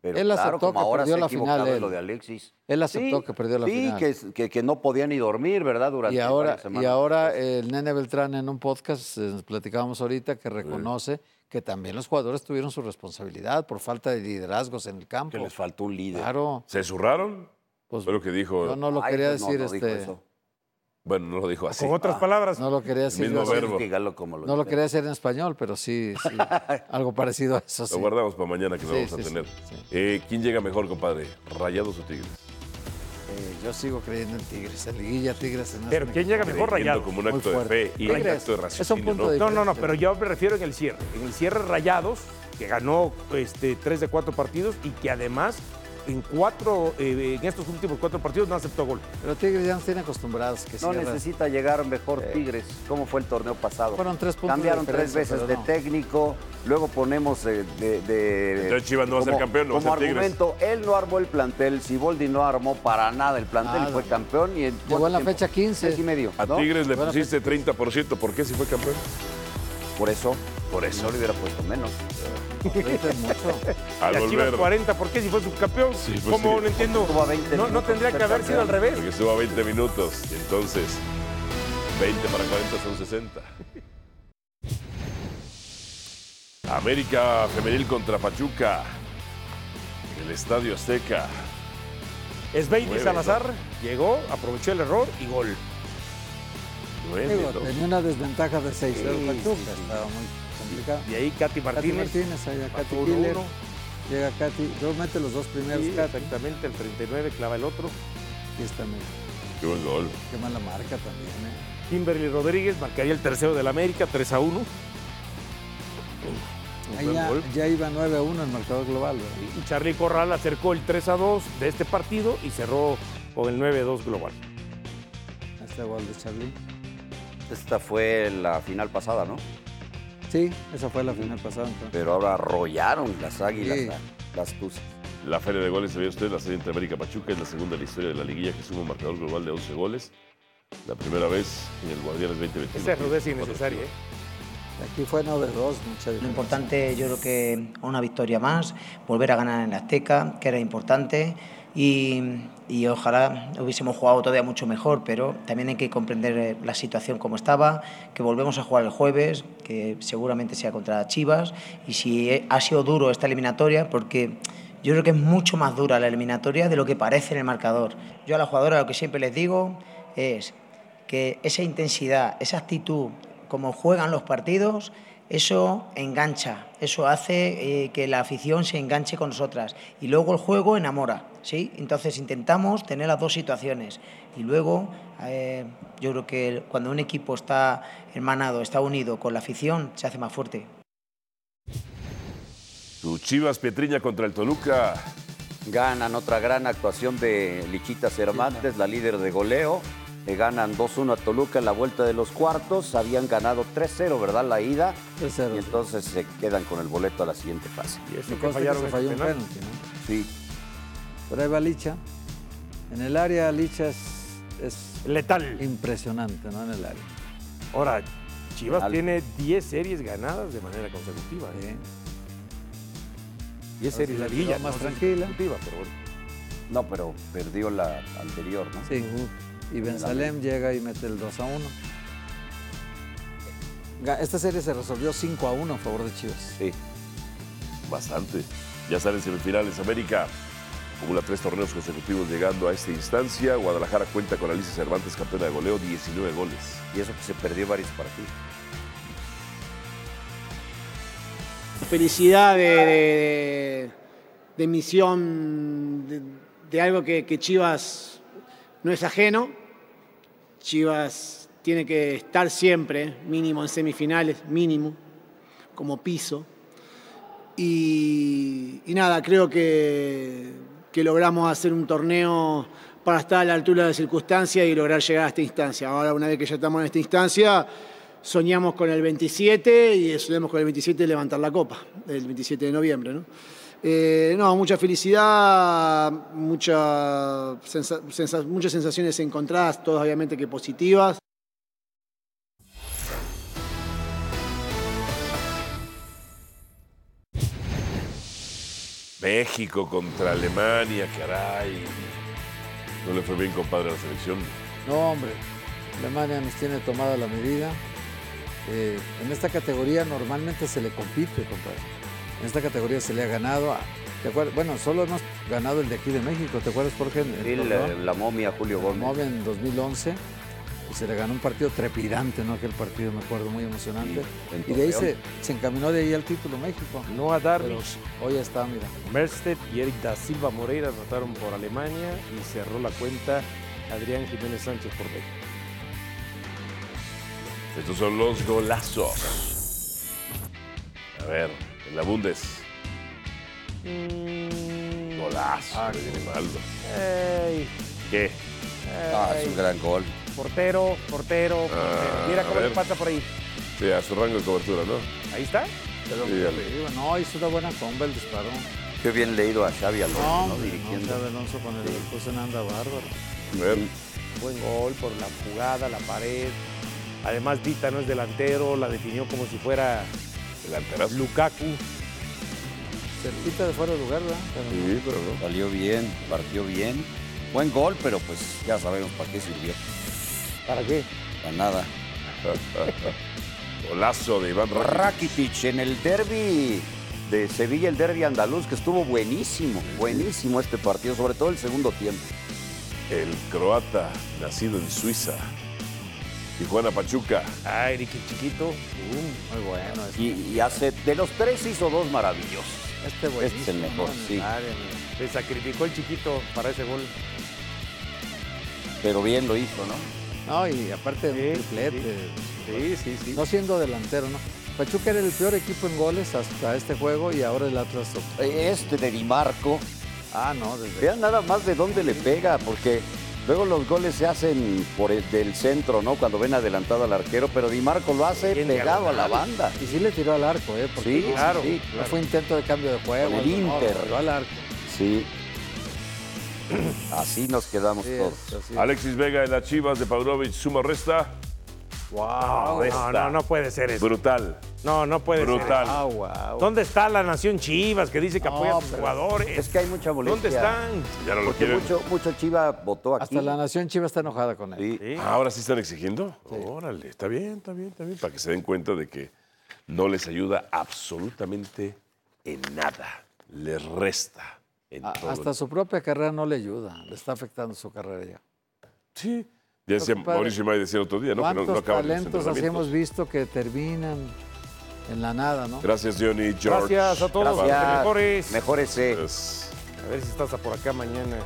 S5: Pero
S3: Él
S5: claro,
S3: aceptó
S5: como
S3: que
S5: ahora
S3: perdió
S5: se ha
S3: la final,
S5: equivocado de
S3: él.
S5: lo de Alexis.
S3: Él aceptó que perdió la
S5: sí,
S3: final.
S5: que, que, que no podía ni dormir, ¿verdad? Durante
S3: Y ahora, y
S5: varias semanas.
S3: ahora el Nene Beltrán en un podcast, eh, platicábamos ahorita, que reconoce que también los jugadores tuvieron su responsabilidad por falta de liderazgos en el campo.
S5: Que les faltó un líder.
S3: Claro.
S6: ¿Se zurraron?
S3: Pues,
S6: Fue lo que dijo.
S3: yo no lo
S5: Ay,
S3: quería
S5: pues no,
S3: decir,
S5: no dijo
S3: este,
S5: eso.
S6: Bueno, no lo dijo así.
S4: Con
S5: Ah,
S4: otras palabras,
S3: no lo quería decir,
S6: mismo
S3: yo así,
S6: verbo.
S5: Dígalo como lo
S3: no lo
S5: dijo.
S3: quería decir en español, pero sí, sí, algo parecido a eso.
S6: Lo
S3: sí.
S6: guardamos para mañana que lo
S3: Sí,
S6: vamos a
S3: sí, sí,
S6: tener.
S3: sí.
S6: Eh, ¿Quién llega mejor, compadre? ¿Rayados o Tigres?
S3: Eh, yo sigo creyendo en Tigres, en Liguilla Tigres. En
S4: pero ¿quién llega mejor
S6: Creyendo
S4: rayado?
S6: como un
S3: Muy
S6: acto de
S3: fuerte.
S6: fe y un
S3: Tigres,
S6: acto
S3: es
S6: de
S3: un
S6: raciocinio.
S3: punto
S6: ¿no?
S3: de-
S4: No, no, no, pero yo me refiero en el cierre. En el cierre Rayados, que ganó este, tres de cuatro partidos y que además en cuatro, eh, en estos últimos cuatro partidos no aceptó gol.
S3: Pero Tigres ya nos tiene acostumbrados que
S5: No
S3: cierra.
S5: necesita llegar mejor Tigres. ¿Cómo fue el torneo pasado?
S3: Fueron tres puntos de
S5: Cambiaron tres
S3: diferencia,
S5: veces
S3: pero
S5: de
S3: no.
S5: técnico, luego ponemos eh, de. de-
S6: Entonces Chivas no va a ser
S5: como-
S6: campeón, no va a
S5: Como
S6: ser Tigres.
S5: argumento, él no armó el plantel, Siboldi no armó para nada el plantel
S3: Nada.
S5: y fue campeón. Y en
S3: Llegó en la
S5: ¿cuánto
S3: fecha
S5: tiempo?
S3: 15.
S5: Mes y medio.
S6: A
S5: ¿no?
S6: Tigres le
S3: Buena
S6: pusiste 30%. ¿Por qué si fue campeón?
S5: Por eso, por eso no le hubiera puesto menos.
S4: Pues
S3: Lo dicen mucho.
S6: Al
S4: y a Chivas
S6: volver.
S4: 40, ¿por qué si fue subcampeón?
S6: Sí, pues
S4: ¿Cómo
S6: sí.
S4: no entiendo?
S5: Tuvo a 20
S4: No, no
S5: minutos
S4: tendría
S5: de
S4: que haber
S5: ser
S4: sido al
S5: campeón.
S4: revés.
S6: Porque estuvo a 20 minutos. Entonces, 20 para 40 son 60. América Femenil contra Pachuca. El Estadio Azteca.
S4: Es Baby
S6: Nueve,
S4: Salazar, llegó, aprovechó el error y gol.
S5: Pues,
S6: Nueve,
S3: Digo,
S6: dos.
S3: tenía una desventaja de 6 0
S4: Sí,
S3: Pachuca,
S4: sí, sí.
S3: estaba muy complicado.
S4: Y ahí Katy
S3: Katy
S4: Martínez.
S3: Martínez, allá
S4: mató
S3: Katy
S4: uno,
S3: Killer,
S4: uno.
S3: llega Katy, yo mete los dos primeros
S4: Sí,
S3: Katy,
S4: exactamente, el 39 clava el otro.
S3: y está mira,
S6: Qué buen gol.
S3: qué mala marca también, ¿eh?
S4: Kimberly Rodríguez marcaría el tercero del América, 3 a 1.
S3: Ahí ya, ya iba 9 a 1 el marcador global, ¿verdad?
S4: Y Charlie Corral acercó el 3 a 2 de este partido y cerró con el 9 a 2 global.
S3: Este gol de Charlie.
S5: Esta fue la final pasada, ¿no?
S3: Sí, esa fue la final pasada. entonces.
S5: Pero ahora arrollaron las águilas,
S3: Sí.
S5: a- las tuzas.
S6: La feria de goles, sabía usted, la serie entre América y Pachuca es la segunda de la historia de la liguilla que suma un marcador global de 11 goles. La primera vez en el Guardianes 2021.
S4: Esa rudeza innecesaria. ¿eh?
S3: Aquí fue 9 a 2, mucha
S10: Lo
S3: diferencia.
S10: importante, yo creo que una victoria más, volver a ganar en la Azteca, que era importante, y, y ojalá hubiésemos jugado todavía mucho mejor, pero también hay que comprender eh, la situación como estaba, que volvemos a jugar el jueves, que seguramente sea contra Chivas, y si eh, ha sido duro esta eliminatoria, porque yo creo que es mucho más dura la eliminatoria de lo que parece en el marcador. Yo a la jugadora lo que siempre les digo es que esa intensidad, esa actitud, como juegan los partidos, eso engancha, eso hace eh, que la afición se enganche con nosotras. Y luego el juego enamora, ¿sí? Entonces intentamos tener las dos situaciones. Y luego eh, yo creo que el- cuando un equipo está hermanado, está unido con la afición, se hace más fuerte.
S6: Tu Chivas Petriña contra el Toluca.
S5: Ganan otra gran actuación de Lichita Cervantes, la líder de goleo. Le ganan 2-1 a Toluca en la vuelta de los cuartos. Habían ganado 3-0, ¿verdad? La ida.
S3: 3-0,
S5: Y entonces se quedan con el boleto a la siguiente fase.
S4: Y eso
S3: Me
S4: que
S3: consta que
S4: fallaron
S3: se
S4: ese
S3: falló un
S4: penal.
S3: penalti, ¿no?
S5: Sí,
S3: Pero ahí va Licha. En el área, Licha es, es
S4: Letal.
S3: impresionante, ¿no? En el área.
S4: Ahora, Chivas
S5: Al-
S4: tiene 10 series ganadas de manera consecutiva. ¿eh?
S3: Sí. Ahora sí
S4: 10 series
S3: la
S4: de
S3: lleva
S4: liguilla.
S3: más
S4: no
S3: tranquila.
S4: consecutiva, pero bueno.
S5: no, pero perdió la anterior, ¿no?
S3: Sí. Y Bensalem llega y mete el 2 a 1. Ga- Esta serie se resolvió 5 a 1 a favor de Chivas.
S5: Sí.
S6: Bastante. Ya salen semifinales América. Acumula tres torneos consecutivos llegando a esta instancia. Guadalajara cuenta con Alicia Cervantes, campeona de goleo, 19 goles.
S5: Y eso que se perdió varios partidos.
S11: felicidad de, de- de- de misión, de, de algo que, que Chivas no es ajeno. Chivas tiene que estar siempre, mínimo en semifinales, mínimo, como piso. Y, y nada, creo que, que logramos hacer un torneo para estar a la altura de la circunstancia y lograr llegar a esta instancia. Ahora, una vez que ya estamos en esta instancia, soñamos con el 27 y soñamos con el 27 levantar la copa, el 27 de noviembre. ¿no? Eh, no, mucha felicidad, mucha sensa- sensa- muchas sensaciones encontradas, todas obviamente que positivas.
S6: México contra Alemania, caray. No le fue bien, compadre, a la selección.
S3: No, hombre. Alemania nos tiene tomada la medida. Eh, en esta categoría normalmente se le compite, compadre. En esta categoría se le ha ganado. a- ¿te acuerdas? Bueno, solo hemos ganado el de aquí de México. ¿Te acuerdas, Jorge? El
S5: Sí, la,
S3: torneo.
S5: la momia Julio Gómez.
S3: Móvil en 2011 y se le ganó un partido trepidante, ¿no? Aquel partido, me acuerdo, muy emocionante.
S5: Sí, en
S3: y de ahí se,
S5: Torreón.
S3: se encaminó de ahí al título México.
S4: Noah
S3: Pero
S4: Darvish,
S3: hoy está, mira.
S4: Merstedt y Eric da Silva Moreira anotaron por Alemania y cerró la cuenta Adrián Jiménez Sánchez por México.
S6: Estos son los golazos. A ver, en la Bundes. Golazo. de Grimaldo.
S4: Ey,
S6: ¿Qué?
S5: Ah, es un gran gol.
S4: portero, portero, portero.
S6: Ah,
S4: Mira
S6: a
S4: cómo le
S6: ver.
S4: pasa por ahí.
S6: Sí, a su rango de cobertura, ¿no?
S4: Ahí está.
S3: Pero
S6: Sí, dale.
S3: te digo, no, hizo una buena comba el disparo.
S5: Qué bien leído a Xavi Alonso,
S3: No,
S5: ¿no?
S3: hombre, no,
S5: Dirigiendo.
S3: Xabi Alonso con el Leverkusen anda bárbaro.
S6: A ver.
S4: Buen gol por la jugada, la pared. Además, Vita no es delantero, la definió como si fuera
S6: El alterazo.
S4: Lukaku.
S3: Cerquita de fuera de lugar, ¿verdad? Pero
S6: Sí, pero no.
S5: Salió bien, partió bien. Buen gol, pero pues ya sabemos para qué sirvió.
S4: ¿Para qué?
S5: Para nada.
S6: Golazo de Iván Rakitic.
S5: Rakitic en el derby de Sevilla, el derby andaluz, que estuvo buenísimo, buenísimo este partido, sobre todo el segundo tiempo.
S6: El croata, nacido en Suiza. Tijuana Pachuca.
S4: Ah, Eric el Chiquito.
S3: Uh, Muy bueno. este.
S5: Y, y hace, de los tres hizo dos maravillosos.
S3: Este
S5: Este es el
S3: buenísimo,
S5: mejor,
S3: ¿no? En el
S5: sí.
S3: área, en el-
S4: Se sacrificó el Chiquito para ese gol.
S5: Pero bien lo hizo, ¿no?
S3: No, y aparte de
S4: Sí,
S3: un
S4: sí,
S3: triplete.
S4: Sí, sí, sí.
S3: No siendo delantero, ¿no? Pachuca era el peor equipo en goles hasta este juego y ahora el Atlas.
S5: Eh, Este de Di Marco.
S3: Ah, no, desde.
S5: Vean nada más de dónde le pega, porque luego los goles se hacen por el del centro, ¿no? Cuando ven adelantado al arquero, pero Di Marco lo hace
S4: Bien
S5: pegado a la banda.
S3: Y sí le tiró al arco, ¿eh? Porque
S5: Sí,
S3: no,
S5: claro,
S3: sí, no fue intento de cambio de juego.
S5: Con el
S3: no,
S5: Inter.
S3: le tiró al arco.
S5: Sí. Así nos quedamos
S3: Sí,
S5: todos.
S3: es así.
S6: Alexis Vega de las Chivas de Paunovic suma resta.
S4: No, no,
S6: esta.
S4: no, no puede ser eso.
S6: Brutal,
S4: No, no puede ser.
S6: brutal.
S3: Ah, wow.
S4: ¿Dónde está la nación Chivas que dice que apoya a
S3: No,
S4: sus
S3: pero-
S4: jugadores?
S5: pues, Es que hay mucha
S4: ¿Dónde
S5: molestia.
S4: están?
S6: Ya no lo
S5: Porque
S6: quieren.
S5: mucho, mucho Chiva votó aquí.
S3: Hasta la Nación Chiva está enojada con él.
S5: Sí.
S6: Ah, Ahora sí están exigiendo. Órale, está bien, está bien, está bien. Para que se den cuenta de que no les ayuda absolutamente en nada. Les resta en
S3: A-
S6: todo.
S3: Ah, hasta su propia carrera no le ayuda. Le está afectando su carrera ya.
S6: Sí. Ya decía
S3: Lo que pasa-
S6: Mauricio May decía otro día, ¿no? Que no- no
S3: ¿Cuántos
S6: acaban los
S3: talentos así
S6: entrenamientos.
S3: hemos visto que terminan en la nada, no?
S6: Gracias, Johnny George.
S4: Gracias a todos.
S5: Gracias.
S4: Mejores.
S5: Mejórese.
S6: Gracias.
S4: A ver si estás por acá mañana.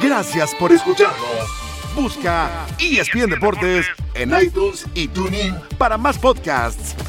S1: Gracias por escucharnos. E Busca ESPN Deportes en iTunes y TuneIn para más podcasts.